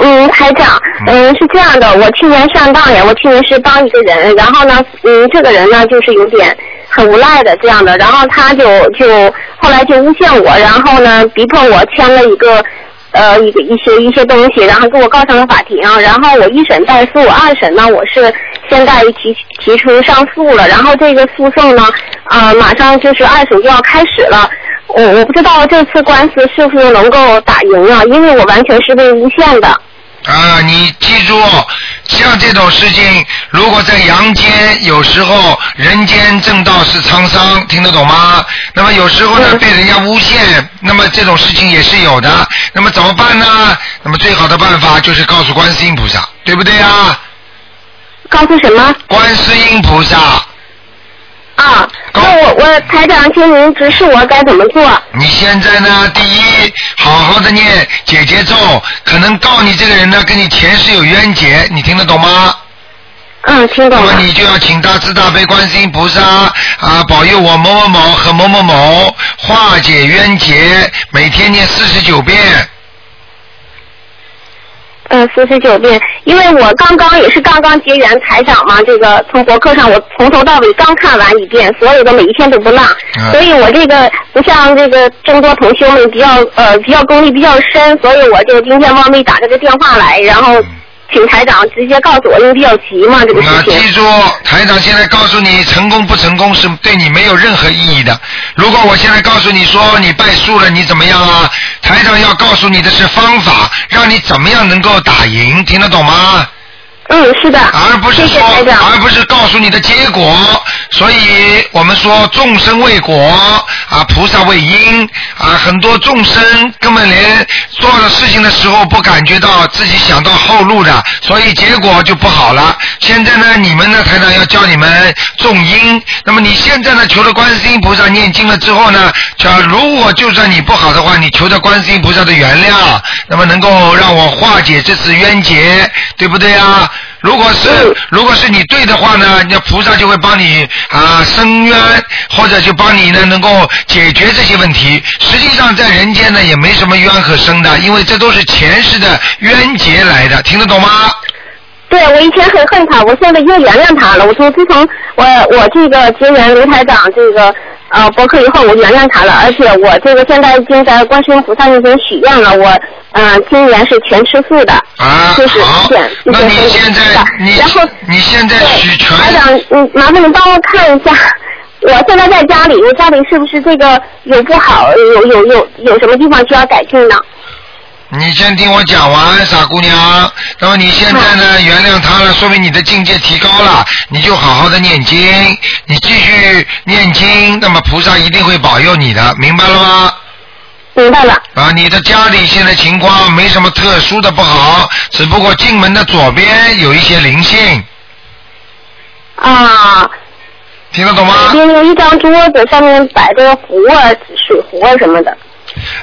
Speaker 2: 嗯，台长，嗯，是这样的，我去年上当呀，我去年是帮一个人，然后呢，嗯，这个人呢就是有点很无赖的这样的，然后他就就后来就诬陷我，然后呢逼迫我签了一个。呃，一个一些一些东西，然后给我告上了法庭，然后我一审败诉，二审呢，我是现在提提出上诉了，然后这个诉讼呢，呃，马上就是二审就要开始了，我我不知道这次官司是不是能够打赢啊，因为我完全是被诬陷的。
Speaker 1: 啊，你记住，像这种事情，如果在阳间，有时候人间正道是沧桑，听得懂吗？那么有时候呢，被人家诬陷，那么这种事情也是有的。那么怎么办呢？那么最好的办法就是告诉观世音菩萨，对不对啊？
Speaker 2: 告诉什么？
Speaker 1: 观世音菩萨，
Speaker 2: 啊，那我我台长，请您指示我该怎么做？
Speaker 1: 你现在呢？第一，好好的念姐姐咒，可能告你这个人呢，跟你前世有冤结，你听得懂吗？
Speaker 2: 嗯，听懂
Speaker 1: 那么你就要请大慈大悲观世音菩萨啊，保佑我某某某和某某某化解冤结，每天念四十九遍。
Speaker 2: 嗯，四十九遍，因为我刚刚也是刚刚结缘台长嘛，这个从博客上我从头到尾刚看完一遍，所有的每一天都不落，
Speaker 1: 嗯
Speaker 2: 所以我这个不像这个众多同修们比较呃比较功力比较深，所以我就今天冒昧打这个电话来，然后请台长直接告诉我，因为比较急嘛这个事
Speaker 1: 啊，
Speaker 2: 情。
Speaker 1: 记住，台长现在告诉你，成功不成功是对你没有任何意义的。如果我现在告诉你说你败诉了，你怎么样啊？台长要告诉你的是方法，让你怎么样能够打赢，听得懂吗？
Speaker 2: 嗯，是的。
Speaker 1: 而不是说，而不是告诉你的结果。所以我们说众生为果啊，菩萨为因啊，很多众生根本连做了事情的时候不感觉到自己想到后路的，所以结果就不好了。现在呢，你们呢，台长要教你们种因。那么你现在呢，求了观世音菩萨念经了之后呢，呃，如果就算你不好的话，你求的观世音菩萨的原谅，那么能够让我化解这次冤结，对不对啊？如果是如果是你对的话呢，那菩萨就会帮你啊伸冤，或者就帮你呢能够解决这些问题。实际上在人间呢也没什么冤可生的，因为这都是前世的冤结来的，听得懂吗？
Speaker 2: 对，我以前很恨他，我现在又原谅他了。我从自从我我这个结缘卢台长这个呃博客以后，我原谅他了，而且我这个现在已经在观世音菩萨面前许愿了，我嗯、呃今年是全吃素的，
Speaker 1: 啊
Speaker 2: 就是一点一
Speaker 1: 那
Speaker 2: 点
Speaker 1: 你
Speaker 2: 都不吃
Speaker 1: 现在
Speaker 2: 的。
Speaker 1: 你
Speaker 2: 然后
Speaker 1: 你现在许全
Speaker 2: 台长，你麻烦你帮我看一下，我现在在家里，我家里是不是这个有不好，有有有有什么地方需要改进呢？
Speaker 1: 你先听我讲完，傻姑娘。那么你现在
Speaker 2: 嗯
Speaker 1: 呢，原谅他了，说明你的境界提高了，你就好好的念经，你继续念经，那么菩萨一定会保佑你的，明白了吗？
Speaker 2: 明白了。
Speaker 1: 啊，你的家里现在情况没什么特殊的不好，只不过进门的左边有一些灵性。
Speaker 2: 啊。
Speaker 1: 听得懂吗？
Speaker 2: 有一张桌子，上面摆着壶啊、水壶啊什么的。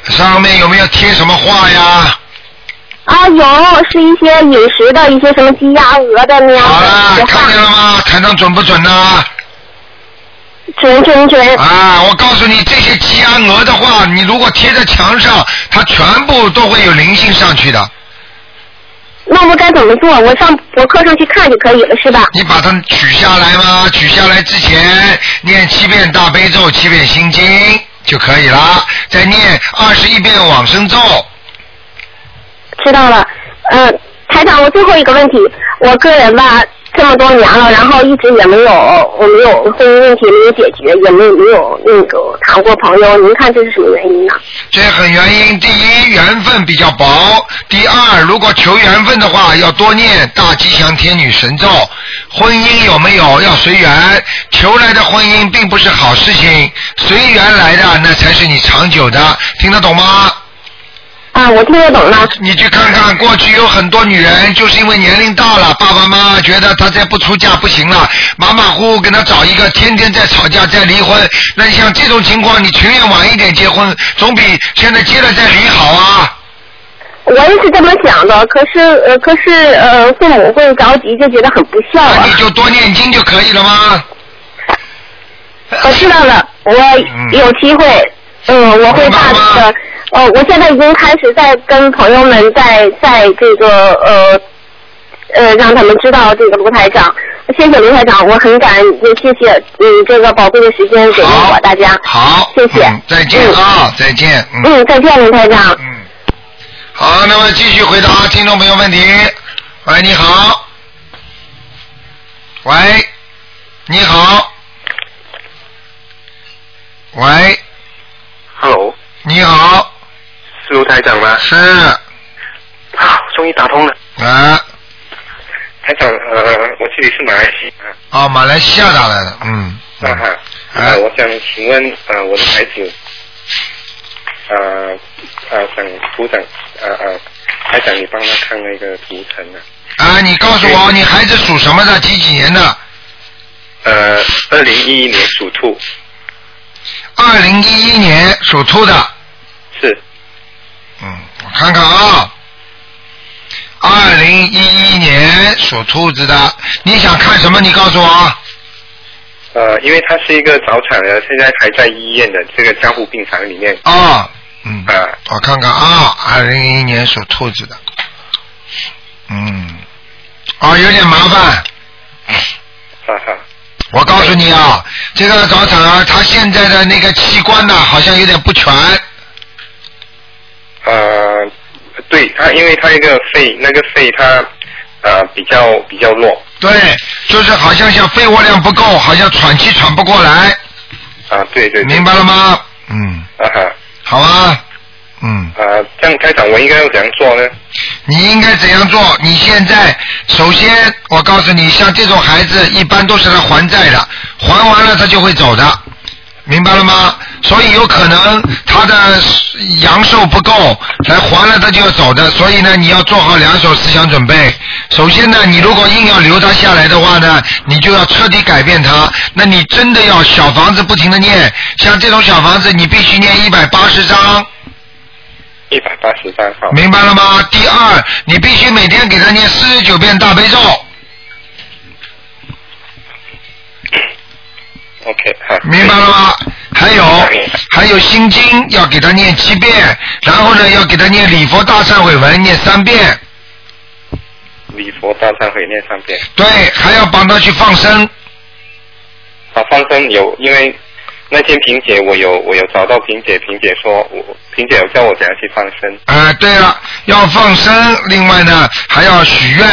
Speaker 1: 上面有没有贴什么画呀？
Speaker 2: 啊，有是一些饮食的一些什么鸡鸭鹅的那样的。
Speaker 1: 看见了吗？台上准不准呢、
Speaker 2: 准准准。
Speaker 1: 啊，我告诉你，这些鸡鸭鹅的话，你如果贴在墙上，它全部都会有灵性上去的。
Speaker 2: 那我该怎么做？我上博客上去看就可以了，是吧？
Speaker 1: 你把它取下来吗？取下来之前念七遍大悲咒，七遍心经就可以啦。再念二十一遍往生咒。
Speaker 2: 知道了。嗯、台长，我最后一个问题，我个人吧，这么多年了，然后一直也没有，我没有婚姻问题没有解决，也没有没有那个谈过朋友，您看这是什么原因呢？
Speaker 1: 这很原因，第一缘分比较薄，第二如果求缘分的话，要多念大吉祥天女神咒。婚姻有没有要随缘，求来的婚姻并不是好事情，随缘来的那才是你长久的，听得懂吗？
Speaker 2: 啊，我听得懂了。
Speaker 1: 你去看看，过去有很多女人就是因为年龄大了，爸爸妈妈觉得她再不出嫁不行了，马马虎虎给她找一个，天天在吵架在离婚。那你像这种情况，你情愿晚一点结婚，总比现在结了再离好啊。
Speaker 2: 我也是这么想的，可是呃，可是呃，父母会着急，就觉得很不孝啊。
Speaker 1: 就多念经就可以了吗？
Speaker 2: 我知道了，我有机会，嗯，我会大力的。呃，我现在已经开始在跟朋友们在在这个呃呃，让他们知道这个卢台长。谢谢卢台长，我很感也谢谢嗯这个宝贵的时间给了我大家。
Speaker 1: 好，
Speaker 2: 谢谢。
Speaker 1: 再见啊，再见。嗯，
Speaker 2: 嗯，再见，卢台长。
Speaker 1: 好，那么继续回答听众朋友问题。喂，你好。喂，你好。喂，
Speaker 12: Hello，
Speaker 1: 你好，
Speaker 12: 是卢台长吗？
Speaker 1: 是。
Speaker 12: 啊，终于打通了。
Speaker 1: 啊，
Speaker 12: 台长，呃，我这里是马来西亚。
Speaker 1: 哦，马来西亚打来的，嗯，哎
Speaker 12: 啊哈。呃，我想请问，呃，我的孩子，呃，呃，想图长，呃呃，台长，你帮他看那个图腾啊。
Speaker 1: 啊，你告诉我，你孩子属什么的？几几年的？
Speaker 12: 呃，二零一一年属兔，
Speaker 1: 二零一一年属兔的。
Speaker 12: 是。
Speaker 1: 嗯，我看看啊，二零一一年属兔子的，你想看什么？你告诉我啊。
Speaker 12: 呃，因为他是一个早产儿，现在还在医院的这个加护病房里面。
Speaker 1: 啊，嗯，
Speaker 12: 啊、
Speaker 1: 我看看啊，二零一一年属兔子的，嗯，哦，有点麻烦。
Speaker 12: 哈啊哈。
Speaker 1: 我告诉你啊，这个早产儿他现在的那个器官呢，好像有点不全。
Speaker 12: 呃，对他，因为他一个肺，那个肺他呃比较比较弱
Speaker 1: 对，就是好像像肺活量不够，好像喘气喘不过来，
Speaker 12: 啊，对对对
Speaker 1: 明白了吗？嗯，
Speaker 12: 啊哈，
Speaker 1: 好啊。嗯，
Speaker 12: 啊，这样开场我应该要怎样做呢？
Speaker 1: 你应该怎样做？你现在首先，我告诉你，像这种孩子一般都是来还债的，还完了他就会走的，明白了吗？所以有可能他的阳寿不够，来还了他就要走的。所以呢，你要做好两手思想准备。首先呢，你如果硬要留他下来的话呢，你就要彻底改变他。那你真的要小房子不停的念，像这种小房子，你必须念一百八十章。
Speaker 12: 一百八十三号，
Speaker 1: 明白了吗？第二，你必须每天给他念四十九遍大悲咒。
Speaker 12: OK，好。
Speaker 1: 明白了吗？还有，还有心经要给他念七遍，然后呢，要给他念礼佛大忏悔文念三遍。
Speaker 12: 礼佛大忏悔念三遍。
Speaker 1: 对，还要帮他去放生。
Speaker 12: 啊，放生有，因为那天萍姐我有我有找到萍姐，萍姐说我萍姐有教我怎样去放生。
Speaker 1: 啊、对了，要放生，另外呢还要许愿。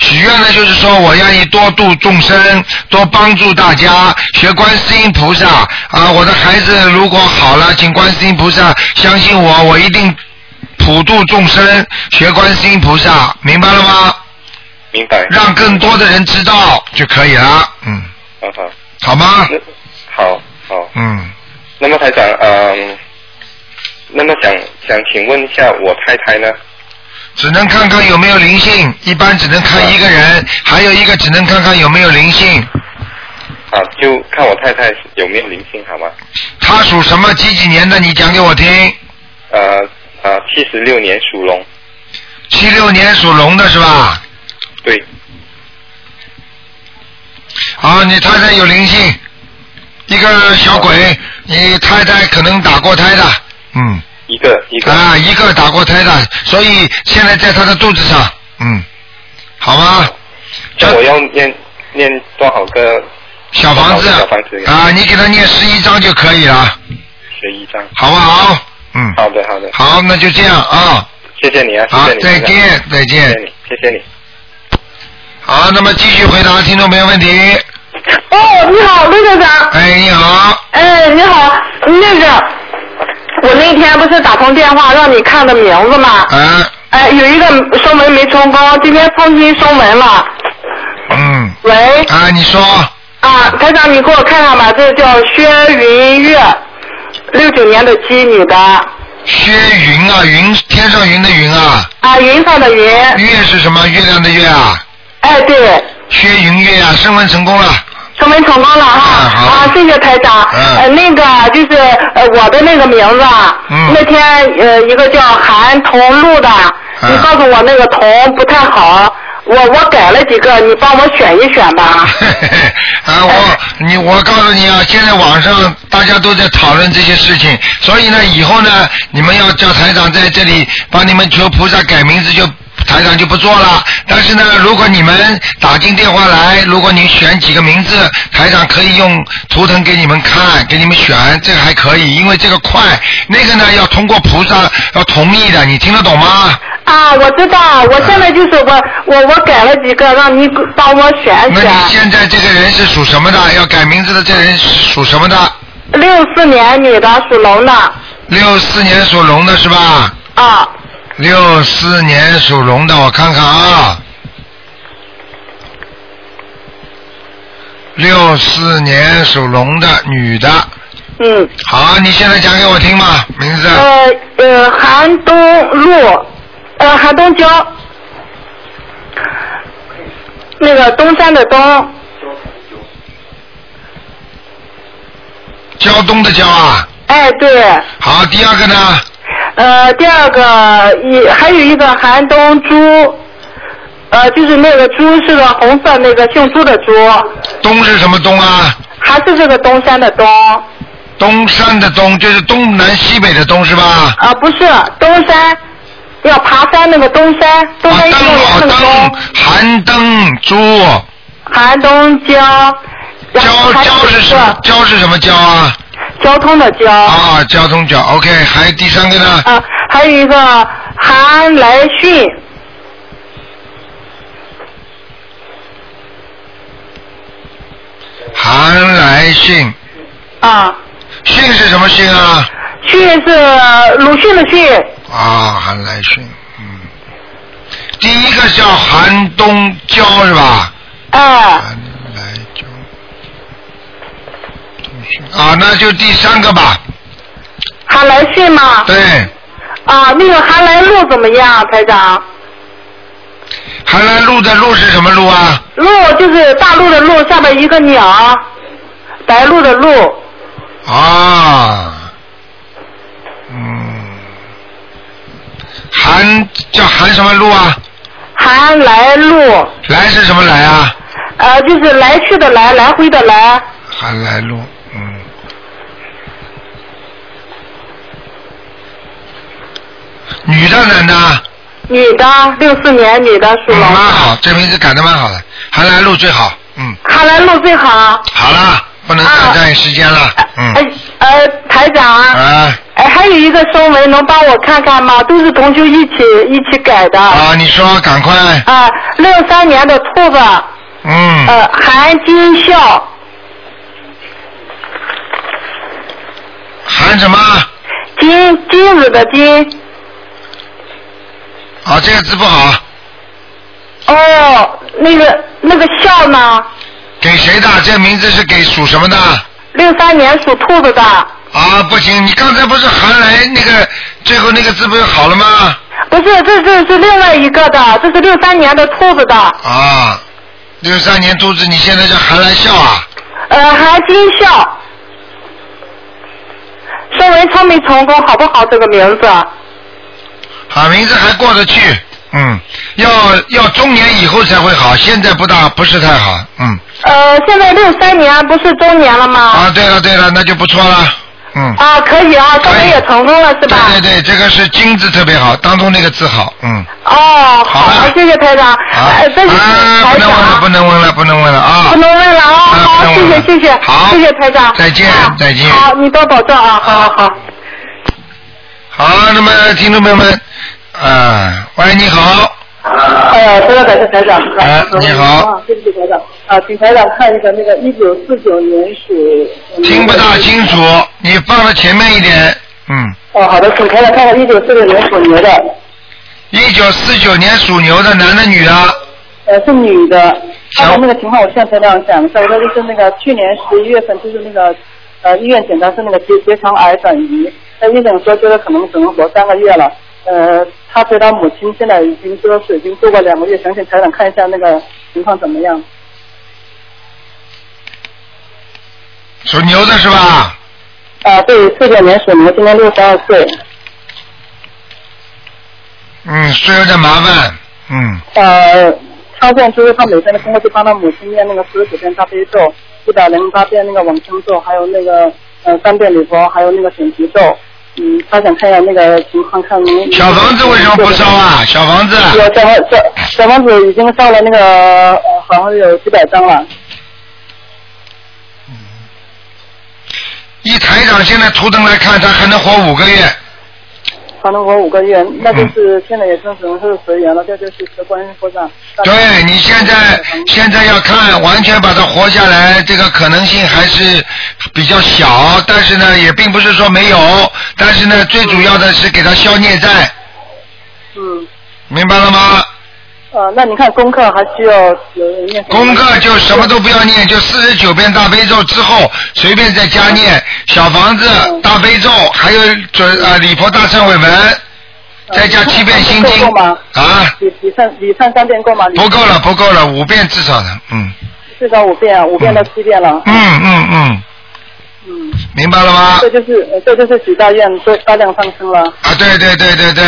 Speaker 1: 许愿呢，就是说我愿意多度众生，多帮助大家，学观世音菩萨啊。我的孩子如果好了，请观世音菩萨相信我，我一定普度众生，学观世音菩萨，明白了吗？
Speaker 12: 明白。
Speaker 1: 让更多的人知道就可以了，嗯，
Speaker 12: 好好
Speaker 1: 好吗？
Speaker 12: 啊好好。
Speaker 1: 嗯。
Speaker 12: 那么台长，嗯，那么想想请问一下我太太呢？
Speaker 1: 只能看看有没有灵性，一般只能看一个人，还有一个只能看看有没有灵性。
Speaker 12: 啊，就看我太太有没有灵性好吗？
Speaker 1: 他属什么几几年的？你讲给我听。
Speaker 12: 呃呃，七十六年属龙，
Speaker 1: 七六年属龙的是吧？
Speaker 12: 对。
Speaker 1: 啊，你太太有灵性，一个小鬼，你太太可能打过胎的。嗯。
Speaker 12: 一个一个。
Speaker 1: 啊，一个打过胎的，所以现在在他的肚子上，嗯，好吗？
Speaker 12: 叫我要念念多少个
Speaker 1: 小房子
Speaker 12: 小房子
Speaker 1: 啊，你给他念十一章就可以了，
Speaker 12: 十一张，
Speaker 1: 好不好？嗯，
Speaker 12: 好的好的，
Speaker 1: 好，那就这样啊。
Speaker 12: 谢谢你啊，谢
Speaker 1: 好
Speaker 12: 谢你，
Speaker 1: 再见
Speaker 12: 台长
Speaker 1: 再见
Speaker 12: 谢谢你，谢谢你。
Speaker 1: 好，那么继续回答听众朋友问题。
Speaker 2: 哦，你好，陆队长。
Speaker 1: 哎，你好。
Speaker 2: 哎，你好，那个，我那天不是打通电话让你看的名字吗？
Speaker 1: 嗯。
Speaker 2: 哎，有一个收门没成功，今天重新收门了。
Speaker 1: 嗯。
Speaker 2: 喂。
Speaker 1: 啊，你说。
Speaker 2: 啊，台长，你给我看看吧，这叫薛云月，六九年的鸡，女的。
Speaker 1: 薛云啊，云天上云的云啊。
Speaker 2: 啊，云上的云。
Speaker 1: 月是什么？月亮的月啊。
Speaker 2: 哎，对。
Speaker 1: 薛云月啊，升温成功了。
Speaker 2: 成为成功了哈！啊，谢谢台长。呃，那个就是呃我的那个名字啊，那天呃一个叫韩桐露的，
Speaker 1: 嗯
Speaker 2: 你告诉我那个桐不太好，我我改了几个，你帮我选一选吧。
Speaker 1: 啊，我你我告诉你啊，现在网上大家都在讨论这些事情，所以呢，以后呢，你们要叫台长在这里帮你们求菩萨改名字就。台长就不做了，但是呢，如果你们打进电话来，如果你选几个名字，台长可以用图腾给你们看，给你们选，这个还可以，因为这个快，那个呢要通过菩萨要同意的，你听得懂吗？
Speaker 2: 啊，我知道，我现在就是我我我改了几个，让你帮我选
Speaker 1: 那
Speaker 2: 选
Speaker 1: 你。现在这个人是属什么的？要改名字的这个人是属什么的？
Speaker 2: 六四年女的，属龙的。
Speaker 1: 六四年属龙的是吧？
Speaker 2: 啊。
Speaker 1: 六四年属龙的，我看看啊。六四年属龙的女的，
Speaker 2: 嗯。
Speaker 1: 好，啊你现在讲给我听吧，名字。
Speaker 2: 呃呃，寒冬路，呃，寒冬江，那个东山的东，
Speaker 1: 胶东的胶啊。
Speaker 2: 哎，对。
Speaker 1: 好，第二个呢？
Speaker 2: 呃，第二个一还有一个寒冬猪，呃，就是那个猪是个红色那个姓朱的猪，
Speaker 1: 东是什么东啊？
Speaker 2: 还是这个东山的东。
Speaker 1: 东山的东就是东南西北的东是吧？
Speaker 2: 啊、不是东山，要爬山那个东山，东
Speaker 1: 啊
Speaker 2: 山运动员那个东，
Speaker 1: 寒灯猪。
Speaker 2: 寒冬胶。胶胶是什么？
Speaker 1: 胶是什么胶啊？
Speaker 2: 交通的交。
Speaker 1: 啊，交通角。OK，还有第三个呢？
Speaker 2: 啊，还有一个韩来训，
Speaker 1: 韩来信。
Speaker 2: 啊。
Speaker 1: 信是什么信啊？
Speaker 2: 训是鲁迅的训，
Speaker 1: 啊，韩来信，嗯。第一个叫韩东娇是吧？
Speaker 2: 哎、
Speaker 1: 啊，那就第三个吧。
Speaker 2: 韩来训吗？
Speaker 1: 对，
Speaker 2: 啊，那个韩来路怎么样，台长？
Speaker 1: 韩来路的路是什么路啊？
Speaker 2: 路就是大陆的路，下边一个鸟，白鹭的鹭，
Speaker 1: 啊，嗯，韩叫韩什么路啊？
Speaker 2: 韩来路，
Speaker 1: 来是什么来啊？
Speaker 2: 呃，就是来去的来，来回的来，
Speaker 1: 韩来路，嗯。女的男的？啊
Speaker 13: 女的，六四年女的属龙
Speaker 1: 蛮好，啊这名字改的蛮好的，韩兰路最好，嗯，
Speaker 13: 看来路最好。
Speaker 1: 好啦，不能再占时间了，嗯，
Speaker 13: 哎呃，台长啊，
Speaker 1: 啊
Speaker 13: 哎，还有一个声纹能帮我看看吗？都是同修一起一起改的。
Speaker 1: 啊，你说赶快，
Speaker 13: 啊，六三年的兔子，
Speaker 1: 嗯，
Speaker 13: 呃，韩金孝，
Speaker 1: 韩什么？
Speaker 13: 金金子的金，
Speaker 1: 啊，这个字不好，
Speaker 13: 哦，那个那个孝呢？
Speaker 1: 给谁的？这名字是给属什么的？
Speaker 13: 六三年属兔子的，
Speaker 1: 啊，不行，你刚才不是韩来那个最后那个字不是好了吗？
Speaker 13: 不是，这这是另外一个的，这是六三年的兔子的，
Speaker 1: 啊，六三年兔子，你现在叫韩来笑啊？
Speaker 13: 呃，韩金孝。声纹成没成功，好不好？这个名字？
Speaker 1: 啊，名字还过得去，嗯，要要中年以后才会好，现在不大不是太好，嗯。
Speaker 13: 呃，现在六三年不是中年了吗？
Speaker 1: 啊，对了对了，那就不错了，嗯。
Speaker 13: 啊，可以啊，声纹也成功了是吧？
Speaker 1: 对对，这个是金字特别好，当中那个字好，嗯。啊
Speaker 13: 哦，好，谢谢台长。
Speaker 1: 好，
Speaker 13: 呃，这是
Speaker 1: 啊
Speaker 13: 台长，
Speaker 1: 不能问了，不能问了啊！
Speaker 13: 不能问了啊。好，谢谢谢谢，谢谢台长。啊
Speaker 1: 再见再见。
Speaker 13: 好，你多保重啊，好好好。
Speaker 1: 好，那么听众朋友们，啊，喂，你好，
Speaker 14: 哎，非常感谢台长。
Speaker 1: 哎你好
Speaker 14: 啊，对不起台长啊，请台长看一个那个一九四九年属。
Speaker 1: 听不大清楚，你放到前面一点，嗯，
Speaker 14: 哦，好的，请台长看看一九四九年属牛的，
Speaker 1: 一九四九年属牛的，男的女的，
Speaker 14: 呃，是女的。刚才那个情况，我现在台长讲一下，我说就是那个去年十一月份，就是那个呃医院检查是那个结结肠癌转移，那医生说觉得可能只能活三个月了。呃，他陪他母亲现在已经就是已经做过两个月，想请台长看一下那个情况怎么样。
Speaker 1: 属牛的是吧？
Speaker 14: 啊，对，四九年属牛，今年六十二岁。
Speaker 1: 嗯，虽然有点麻烦，嗯，
Speaker 14: 呃，他现在就是他每天的工作就帮他母亲念那个四十九遍大悲咒，一百零八遍那个往生咒，还有那个呃三遍礼佛，还有那个准提咒。嗯，他想看一下那个情况，看您。
Speaker 1: 小房子为什么不烧啊？小房子，
Speaker 14: 有小房小小房子已经烧了那个，呃好像有几百张了。
Speaker 1: 一台长现在图腾来看，他还能活五个月，
Speaker 14: 反正我五个月，那就是现在也正只能是随缘了，这就是学观音菩萨。
Speaker 1: 对你现在现在要看完全把它活下来，这个可能性还是比较小，但是呢，也并不是说没有，但是呢，最主要的是给他消孽债，
Speaker 14: 嗯，
Speaker 1: 明白了吗？
Speaker 14: 呃，那你看功课还需要有人念什么
Speaker 1: 功课就什么都不要念，就四十九遍大悲咒之后，随便再加念小房子、大悲咒，还有准呃礼佛大忏悔文，再加七遍心经
Speaker 14: 够吗？
Speaker 1: 啊，
Speaker 14: 你你上你上三遍够吗？
Speaker 1: 不够了，不够了，五遍至少的，嗯
Speaker 14: 至少五遍，啊五遍到七遍了。
Speaker 1: 嗯嗯嗯，
Speaker 14: 嗯，
Speaker 1: 明白了吗？
Speaker 14: 这就是呃这就是许大愿，做大量上升了。
Speaker 1: 啊，对对对对对，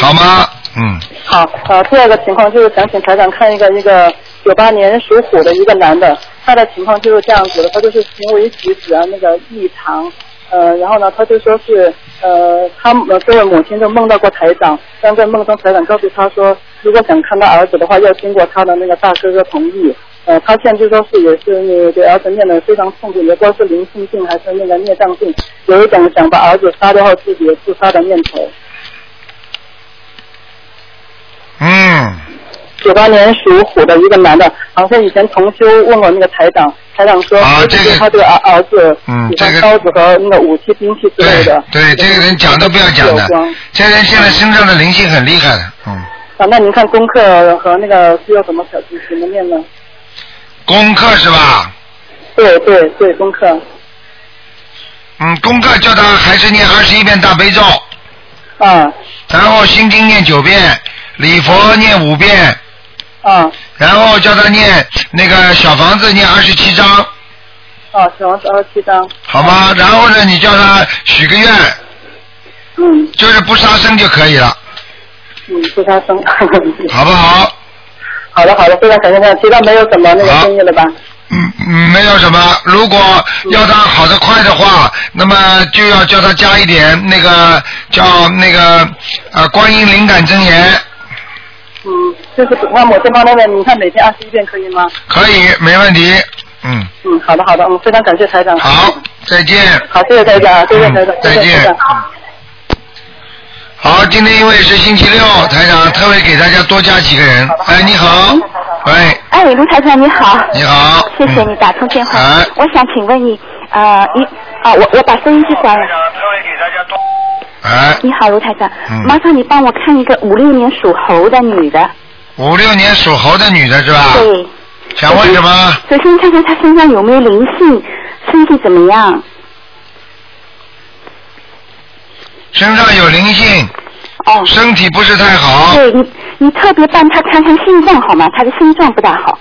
Speaker 1: 好吗？嗯，
Speaker 14: 好，呃，第二个情况就是想请台长看一个一个九八年属虎的一个男的，他的情况就是这样子的，他就是行为举止啊那个异常，呃，然后呢，他就说是呃，他呃这位母亲就梦到过台长，但在梦中台长告诉他说，如果想看他儿子的话，要经过他的那个大哥哥同意。呃，他现在就说是也是那个给儿子念的非常痛苦，也不知道是灵性病还是那个孽障病，有一种想把儿子杀掉后自己自杀的念头。
Speaker 1: 嗯，
Speaker 14: 九八年属虎的一个男的，好像以前同修问过那个台长，台长说，就是他这个儿儿子
Speaker 1: 啊嗯
Speaker 14: 喜欢刀子和那个武器、兵器之类的。
Speaker 1: 对，这个人讲都不要讲的
Speaker 14: 有光，
Speaker 1: 这人现在身上的灵性很厉害的，嗯，
Speaker 14: 啊，那您看功课和那个需要怎么小怎怎么念呢？
Speaker 1: 功课是吧？
Speaker 14: 对对对，功课。
Speaker 1: 嗯，功课叫他还是念二十一遍大悲咒。
Speaker 14: 嗯。
Speaker 1: 然后心经念九遍，礼佛念五遍。
Speaker 14: 嗯。
Speaker 1: 然后叫他念那个小房子念二十七章，
Speaker 14: 啊，小王子二十七张。
Speaker 1: 好吗？然后呢，你叫他许个愿。
Speaker 14: 嗯。
Speaker 1: 就是不杀生就可以了，
Speaker 14: 嗯，不杀生。
Speaker 1: 好不好？
Speaker 14: 好的好的，非常感谢台长，其他没有什么那个建议了吧？
Speaker 1: 嗯，没有什么。如果要他好的快的话，那么就要叫他加一点那个叫那个呃观音灵感真言，
Speaker 14: 嗯，就是按某些方面的，你看每天二十一遍可以吗？
Speaker 1: 可以，没问题。嗯，
Speaker 14: 嗯，好的好的，嗯，非常感谢台长。
Speaker 1: 好，再见。
Speaker 14: 好，谢谢台长，谢谢台长，
Speaker 1: 再
Speaker 14: 谢谢台
Speaker 1: 见
Speaker 14: 长。。
Speaker 1: 好，今天因为是星期六，台长特别给大家多加几个人。哎，你好，喂，
Speaker 6: 哎，卢台长你好。
Speaker 1: 你好。嗯哎
Speaker 6: 谢谢你打通电话。我想请问你，呃，你啊，我我把收音机关了。
Speaker 1: 哎，
Speaker 6: 你好，卢台长，
Speaker 1: 嗯
Speaker 6: 麻烦你帮我看一个五六年属猴的女的。
Speaker 1: 五六年属猴的女的是吧？
Speaker 6: 对。
Speaker 1: 想问什么？
Speaker 6: 首先看看她身上有没有灵性，身体怎么样？
Speaker 1: 身上有灵性。
Speaker 6: 哦。
Speaker 1: 身体不是太好。
Speaker 6: 对你，你特别帮她看看心脏好吗？她的心脏不大好。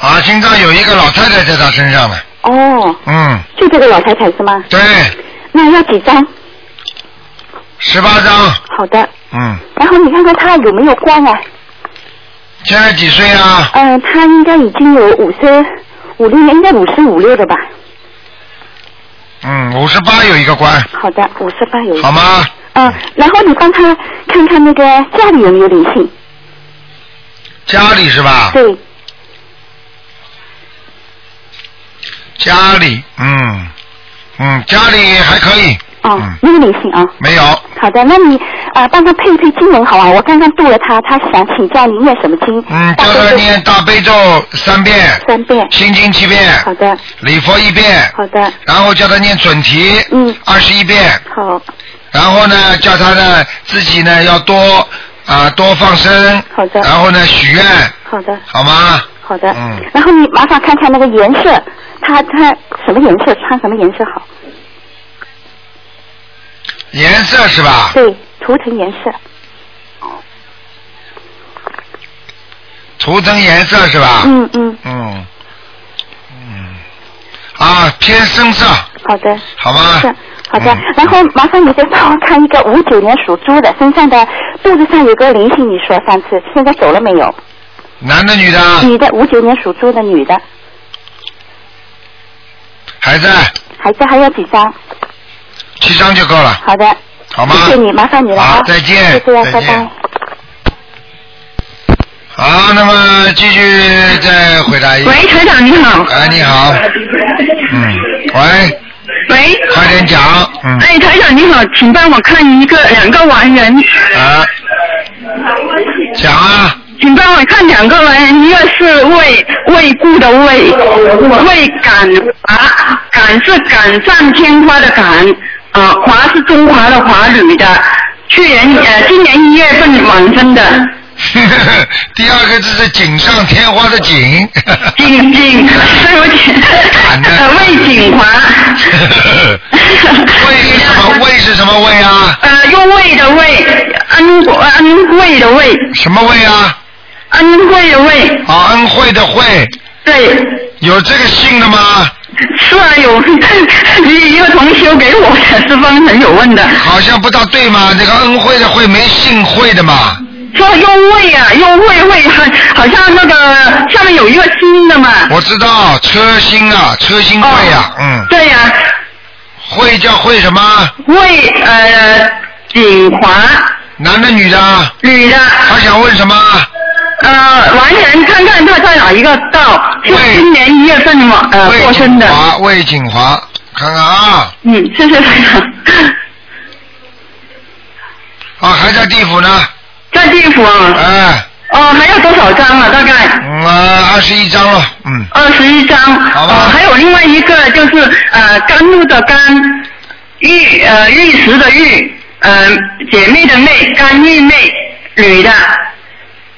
Speaker 1: 啊，心脏有一个老太太在她身上呢。
Speaker 6: 哦，
Speaker 1: 嗯，
Speaker 6: 就这个老太太是吗？
Speaker 1: 对。
Speaker 6: 那要几张？
Speaker 1: 十八张。
Speaker 6: 好的，
Speaker 1: 嗯，
Speaker 6: 然后你看看她有没有光啊？
Speaker 1: 现在几岁啊？
Speaker 6: 嗯、她应该已经有五十五六年，应该五十五六了吧？
Speaker 1: 嗯，五十八有一个关，
Speaker 6: 好的，五十八有一个
Speaker 1: 好吗？
Speaker 6: 嗯，然后你帮他看看那个家里有没有灵性。
Speaker 1: 家里是吧？
Speaker 6: 对，
Speaker 1: 家里，嗯，嗯，家里还可以，
Speaker 6: 哦，没有灵性啊。
Speaker 1: 嗯没有。
Speaker 6: 好的，那你啊、呃帮他配一配经文好啊。我刚刚度了他，他想请教你念什么经？
Speaker 1: 嗯，叫他念大悲咒三遍，
Speaker 6: 三遍，
Speaker 1: 心经七遍，
Speaker 6: 好的，
Speaker 1: 礼佛一遍，
Speaker 6: 好的，
Speaker 1: 然后叫他念准提，
Speaker 6: 嗯，
Speaker 1: 二十一遍，
Speaker 6: 好，
Speaker 1: 然后呢，叫他呢自己呢要多啊、多放生，
Speaker 6: 好的
Speaker 1: 然后呢许愿，
Speaker 6: 好的，
Speaker 1: 好吗？
Speaker 6: 好的。
Speaker 1: 嗯，
Speaker 6: 然后你麻烦看看那个颜色，他他什么颜色，穿什么颜色好？
Speaker 1: 颜色是吧？
Speaker 6: 对，图腾颜色。
Speaker 1: 图腾颜色是吧？
Speaker 6: 嗯嗯，
Speaker 1: 嗯，嗯，啊，偏深色，
Speaker 6: 好的。
Speaker 1: 好吗？嗯
Speaker 6: 是，好的。然后麻烦你再帮我看一个五九年属猪的，身上的肚子上有个灵性，你说上次现在走了没有？
Speaker 1: 男的女的
Speaker 6: 女的，五九年属猪的女的，
Speaker 1: 还在，
Speaker 6: 孩子还有几张？
Speaker 1: 七张就够了，
Speaker 6: 好的，
Speaker 1: 好吗？
Speaker 6: 谢谢你，麻烦你了啊
Speaker 1: 好，，再见，
Speaker 6: 就这样，
Speaker 1: 再
Speaker 6: 拜
Speaker 1: 见。
Speaker 6: 拜。
Speaker 1: 好，那么继续再回答一个。
Speaker 2: 喂，台长你好。
Speaker 1: 哎，你好。嗯，喂，
Speaker 2: 喂，
Speaker 1: 快点讲。嗯。
Speaker 2: 哎，台长你好，请帮我看一个两个完人。
Speaker 1: 啊。讲啊。
Speaker 2: 请帮我看两个完人，一个是未未顾的未，未感啊，感是锦上添花的感，啊，华是中华的华女的，去年呃今年一月份往生的。
Speaker 1: 第二个字是锦上添花的锦。
Speaker 2: 锦锦， 哎对不 起。呃，魏锦华。
Speaker 1: 魏是什么？ 魏是什么魏啊？
Speaker 2: 呃，用魏的魏，恩国呃恩惠的惠。
Speaker 1: 什么魏啊？
Speaker 2: 恩惠的惠。
Speaker 1: 啊，恩惠的惠。
Speaker 2: 对。
Speaker 1: 有这个姓的吗？
Speaker 2: 是啊，有 一一个同修给我的，是方程有问的。
Speaker 1: 好像不大对嘛，那个恩惠的惠没姓惠的嘛。
Speaker 2: 说用魏啊，用魏魏，好好像那个下面有一个新的嘛。
Speaker 1: 我知道，车薪啊，车薪会呀、嗯。
Speaker 2: 对呀、
Speaker 1: 会叫会什么？
Speaker 2: 魏呃，锦华。
Speaker 1: 男的女的？
Speaker 2: 女的。
Speaker 1: 他想问什么？
Speaker 2: 呃，完人看看他在哪一个道，是今年一月份嘛呃
Speaker 1: 魏
Speaker 2: 过生
Speaker 1: 景
Speaker 2: 的。
Speaker 1: 华，魏景华，看看啊。
Speaker 2: 嗯，谢谢台长。
Speaker 1: 啊，还在地府呢。
Speaker 2: 在地府啊。
Speaker 1: 哎。
Speaker 2: 哦，还有多少张啊？大概？
Speaker 1: 嗯啊，二十一张了，嗯。
Speaker 2: 二十一张。好吧、还有另外一个就是呃，甘露的甘，玉呃玉石的玉，呃姐妹的妹，甘玉妹，女的。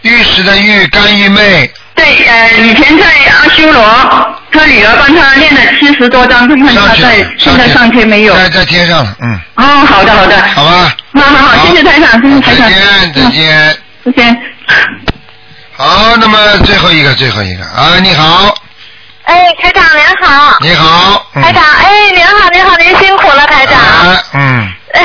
Speaker 1: 玉石的玉，甘玉妹。
Speaker 2: 对，呃，以前在阿修罗，他女儿帮他念了七十多张，看看他在现在上去没有？
Speaker 1: 在在天上了，嗯。
Speaker 2: 哦，好的好的。
Speaker 1: 好吧。
Speaker 2: 好好好，谢谢台长，谢谢台长。嗯
Speaker 1: 再见，再见。
Speaker 2: 再见。
Speaker 1: 好，那么最后一个，最后一个啊，你好，
Speaker 15: 哎，台长您好，
Speaker 1: 你好，嗯
Speaker 2: 啊
Speaker 15: 台长，哎，您好，您好，您辛苦了，台长。
Speaker 1: 嗯，
Speaker 15: 哎，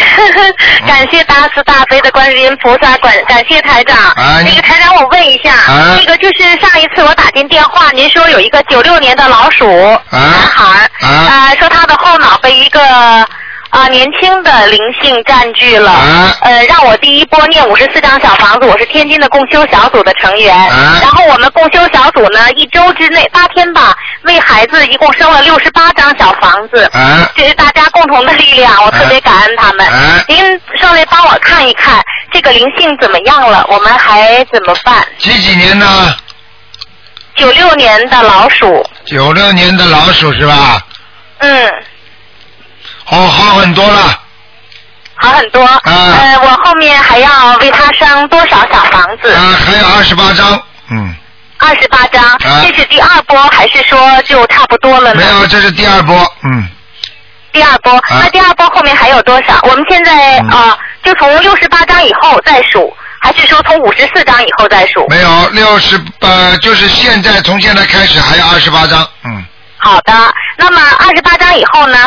Speaker 15: 感谢大慈大悲的观世音菩萨，感感谢台长。
Speaker 1: 啊
Speaker 15: 那个台长，我问一下，
Speaker 1: 啊
Speaker 15: 那个就是上一次我打进电话，您说有一个九六年的老鼠
Speaker 2: 啊
Speaker 15: 男孩儿，啊、说他的后脑被一个。啊、年轻的灵性占据了，
Speaker 1: 啊
Speaker 15: 呃，让我第一波念五十四张小房子，我是天津的共修小组的成员，
Speaker 1: 啊
Speaker 15: 然后我们共修小组呢，一周之内八天吧，为孩子一共生了六十八张小房子，
Speaker 1: 啊
Speaker 15: 这是大家共同的力量，我特别感恩他们。您稍微帮我看一看这个灵性怎么样了，我们还怎么办？
Speaker 1: 几几年呢？
Speaker 15: 九六年的老鼠，
Speaker 1: 九六年的老鼠是吧？
Speaker 15: 嗯，
Speaker 1: 哦，好很多了。
Speaker 15: 好很多。
Speaker 1: 啊
Speaker 15: 呃，我后面还要为他生多少小房子？
Speaker 1: 啊，还有二十八张。嗯。
Speaker 15: 二十八张，这是第二波还是说就差不多了呢？
Speaker 1: 啊没有，这是第二波。啊嗯，
Speaker 15: 第二波，那第二波后面还有多少？我们现在
Speaker 1: 嗯
Speaker 15: 啊，就从六十八张以后再数，还是说从五十四张以后再数？
Speaker 1: 没有六十呃，就是现在从现在开始还有二十八张。嗯，
Speaker 15: 好的，那么二十八张以后呢？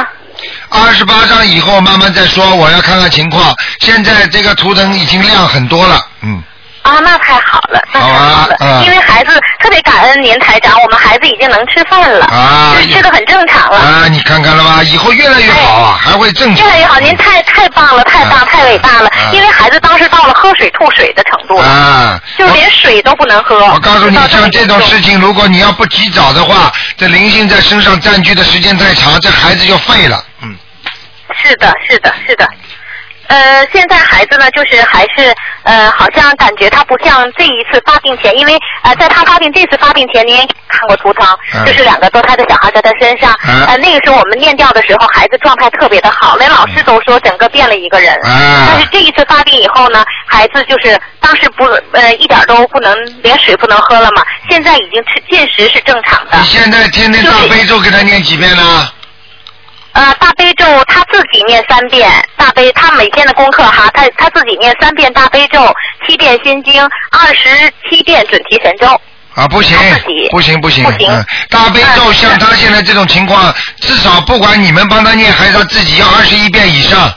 Speaker 1: 二十八张以后慢慢再说，我要看看情况。现在这个图腾已经亮很多了。嗯，
Speaker 15: 啊，那太好了，那太好了，
Speaker 1: 啊
Speaker 15: 因为孩子特别感恩您台长，我们孩子已经能吃饭了，
Speaker 1: 啊
Speaker 15: 就是吃的很正常了，哎
Speaker 1: 啊，你看看了吧？以后越来越好啊，还会正
Speaker 15: 越
Speaker 1: 常。
Speaker 15: 来越好，您太太棒了，太棒，啊太伟大了，因为孩子当时到了喝水吐水的程度了，
Speaker 1: 啊，
Speaker 15: 就连水都不能喝。
Speaker 1: 我告诉
Speaker 15: 就，
Speaker 1: 你
Speaker 15: 到么
Speaker 1: 像这种事情，如果你要不及早的话，这灵性在身上占据的时间太长，这孩子就废了。嗯，
Speaker 15: 是的，是的，是的。呃，现在孩子呢，就是还是呃，好像感觉他不像这一次发病前，因为呃，在他发病这次发病前，您也看过图腾，
Speaker 1: 嗯
Speaker 15: 就是两个多胎的小孩在他身上，
Speaker 1: 嗯
Speaker 15: 呃，那个时候我们念掉的时候，孩子状态特别的好，连老师都说整个变了一个人。
Speaker 1: 嗯
Speaker 15: 但是这一次发病以后呢，孩子就是当时不呃一点都不能连水不能喝了嘛，现在已经吃进食是正常的。
Speaker 1: 你现在天天大悲咒给他念几遍呢？
Speaker 15: 呃，大悲咒他自己念三遍，大悲他每天的功课哈，他他自己念三遍大悲咒，七遍心经，二十七遍准提神咒。
Speaker 1: 啊，不行，不行，不行，嗯，大悲咒像他现在这种情况，至少不管你们帮他念，还是他自己要二十一遍以上，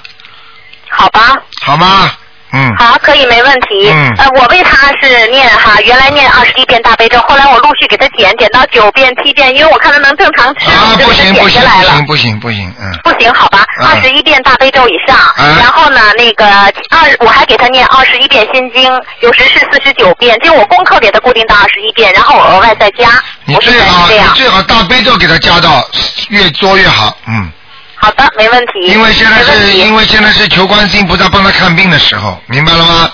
Speaker 15: 好吧，
Speaker 1: 好吗？嗯，
Speaker 15: 好，可以，没问题。
Speaker 1: 嗯
Speaker 15: 呃，我为他是念哈，原来念二十一遍大悲咒，后来我陆续给他减，减到九遍、七遍，因为我看他能正常吃，我就给他减
Speaker 1: 啊不
Speaker 15: 下
Speaker 1: 行，
Speaker 15: 来
Speaker 1: 不
Speaker 15: 了。
Speaker 1: 行，不行，不行，嗯，
Speaker 15: 不行，好吧，
Speaker 1: 嗯
Speaker 15: 二十一遍大悲咒以上，
Speaker 1: 啊
Speaker 15: 然后呢，那个二我还给他念二十一遍心经，有时是四十九遍，就我功课给他固定到二十一遍，然后我额外再加。
Speaker 1: 你最好，你最好大悲咒给他加到越多越好，嗯，
Speaker 15: 好的，没问题。
Speaker 1: 因为现在
Speaker 15: 没问
Speaker 1: 是
Speaker 15: 题
Speaker 1: 因为现在是求观世音菩萨帮他看病的时候，明白了吗？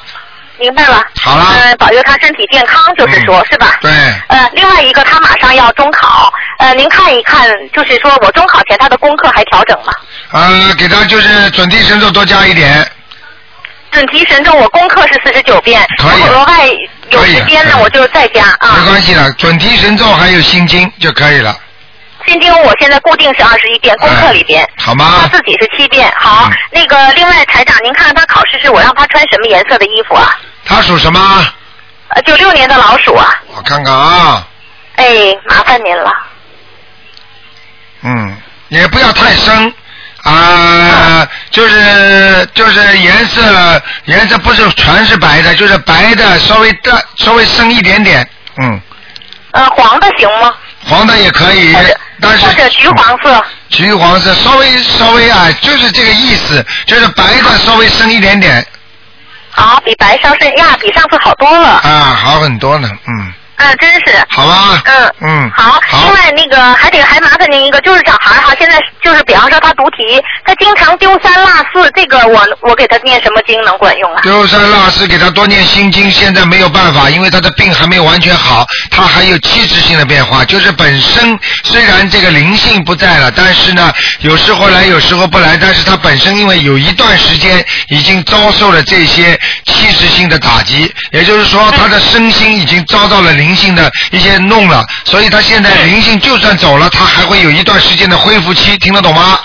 Speaker 15: 明白了。
Speaker 1: 好了
Speaker 15: 嗯，保佑他身体健康，就是说，是吧？
Speaker 1: 嗯对，
Speaker 15: 呃，另外一个他马上要中考，呃，您看一看，就是说我中考前他的功课还调整吗？
Speaker 1: 呃，给他就是准提神咒多加一点，
Speaker 15: 准提神咒我功课是四十九遍，然后额外有时间呢我就再加啊。
Speaker 1: 没关系的，准提神咒还有心经就可以了，
Speaker 15: 心经我现在固定是二十一遍，功
Speaker 1: 哎
Speaker 15: 课里边。
Speaker 1: 好吗
Speaker 15: 他？自己是七遍，好。那个，另外台长，您看看他考试是我让他穿什么颜色的衣服啊？
Speaker 1: 他属什么？
Speaker 15: 呃，九六年的老鼠啊，
Speaker 1: 我看看啊，
Speaker 15: 哎，麻烦您了。
Speaker 1: 嗯，也不要太深啊、就是就是颜色颜色不是全是白的，就是白的稍微淡稍微深一点点，嗯，
Speaker 15: 呃，黄的行吗？
Speaker 1: 黄的也可以，但是
Speaker 15: 或者橘黄色。
Speaker 1: 橘黄色稍微稍微啊，就是这个意思，就是白的稍微深一点点
Speaker 15: 好，比白稍深呀，比上次好多了。
Speaker 1: 啊，好很多呢，嗯，
Speaker 15: 嗯，真是。
Speaker 1: 好吧，
Speaker 15: 嗯。
Speaker 1: 嗯，
Speaker 15: 好，另外那个还得还麻烦您一个，就是小孩儿哈，现在就是比方说他读题，他经常丢三落四，这个我我给他念什么经能管用啊？
Speaker 1: 丢三落四，给他多念心经。现在没有办法，因为他的病还没有完全好，他还有器质性的变化，就是本身虽然这个灵性不在了，但是呢，有时候来，有时候不来，但是他本身因为有一段时间已经遭受了这些器质性的打击，也就是说他的身心已经遭到了灵性的一些弄了，所以他现在灵性就算走了，他还会有一段时间的恢复期，听得懂吗？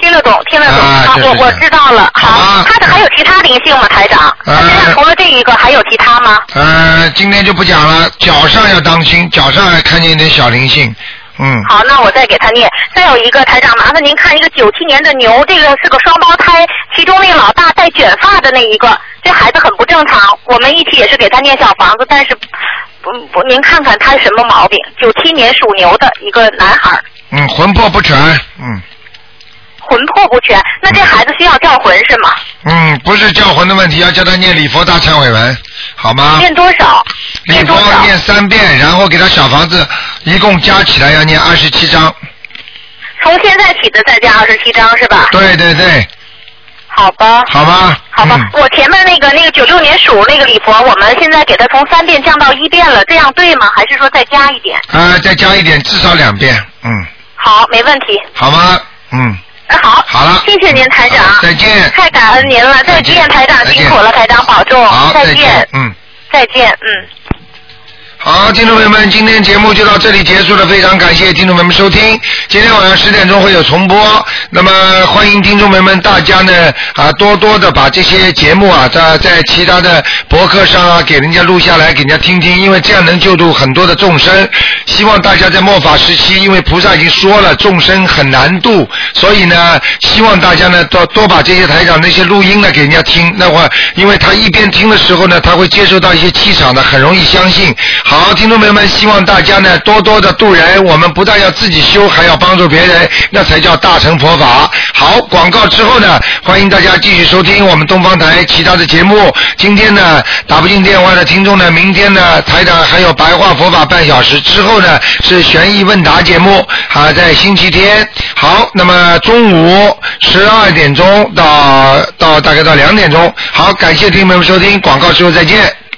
Speaker 15: 听得懂，听得懂，
Speaker 1: 啊
Speaker 15: 好
Speaker 1: 对对
Speaker 15: 我我
Speaker 1: 对
Speaker 15: 知道了。好，啊他的还有其他灵性吗，台长？他身上除了这一个还有其他吗？
Speaker 1: 呃，今天就不讲了，脚上要当心，脚上还看见一点小灵性，嗯，
Speaker 15: 好，那我再给他念。再有一个台长，麻烦您看一个九七年的牛，这个是个双胞胎，其中那个老大带卷发的那一个，这孩子很不正常。我们一起也是给他念小房子，但是不不，您看看他什么毛病？九七年属牛的一个男孩，
Speaker 1: 嗯，魂魄不全，嗯
Speaker 15: 魂魄不全，那这孩子需要叫魂是吗？
Speaker 1: 嗯，不是叫魂的问题，要叫他念礼佛大忏悔文，好吗？
Speaker 15: 念多少？
Speaker 1: 礼佛念三遍，然后给他小房子，一共加起来要念二十七章。
Speaker 15: 从现在起的再加二十七章是吧？
Speaker 1: 对对对，
Speaker 15: 好吧。
Speaker 1: 好嗯吧。
Speaker 15: 好吧，我前面那个那个九六年属那个礼佛，我们现在给他从三遍降到一遍了，这样对吗？还是说再加一点？
Speaker 1: 啊，再加一点，至少两遍，嗯，
Speaker 15: 好，没问题。
Speaker 1: 好吗？嗯，
Speaker 15: 那呃好，
Speaker 1: 好了，
Speaker 15: 谢谢您台长，
Speaker 1: 再见
Speaker 15: 太感恩您了，再见，台长辛苦了，台长保重，
Speaker 1: 好，
Speaker 15: 再
Speaker 1: 再见，嗯。
Speaker 15: 再见，嗯。
Speaker 1: 好，听众朋友们，今天节目就到这里结束了，非常感谢听众朋友们收听。今天晚上十点钟会有重播，那么欢迎听众朋友们大家呢啊多多的把这些节目啊在在其他的博客上啊给人家录下来，给人家听听，因为这样能救度很多的众生。希望大家在末法时期，因为菩萨已经说了众生很难度，所以呢，希望大家呢多多把这些台长那些录音呢给人家听，那会儿因为他一边听的时候呢，他会接受到一些气场的，很容易相信。好，听众朋友们，希望大家呢多多的度人，我们不但要自己修，还要帮助别人，那才叫大乘佛法。好，广告之后呢，欢迎大家继续收听我们东方台其他的节目。今天呢打不进电话的听众呢，明天呢台长还有白话佛法半小时，之后呢是悬疑问答节目，啊，在星期天。好，那么中午十二点钟到到大概到两点钟。好，感谢听众朋友们收听，广告之后再见。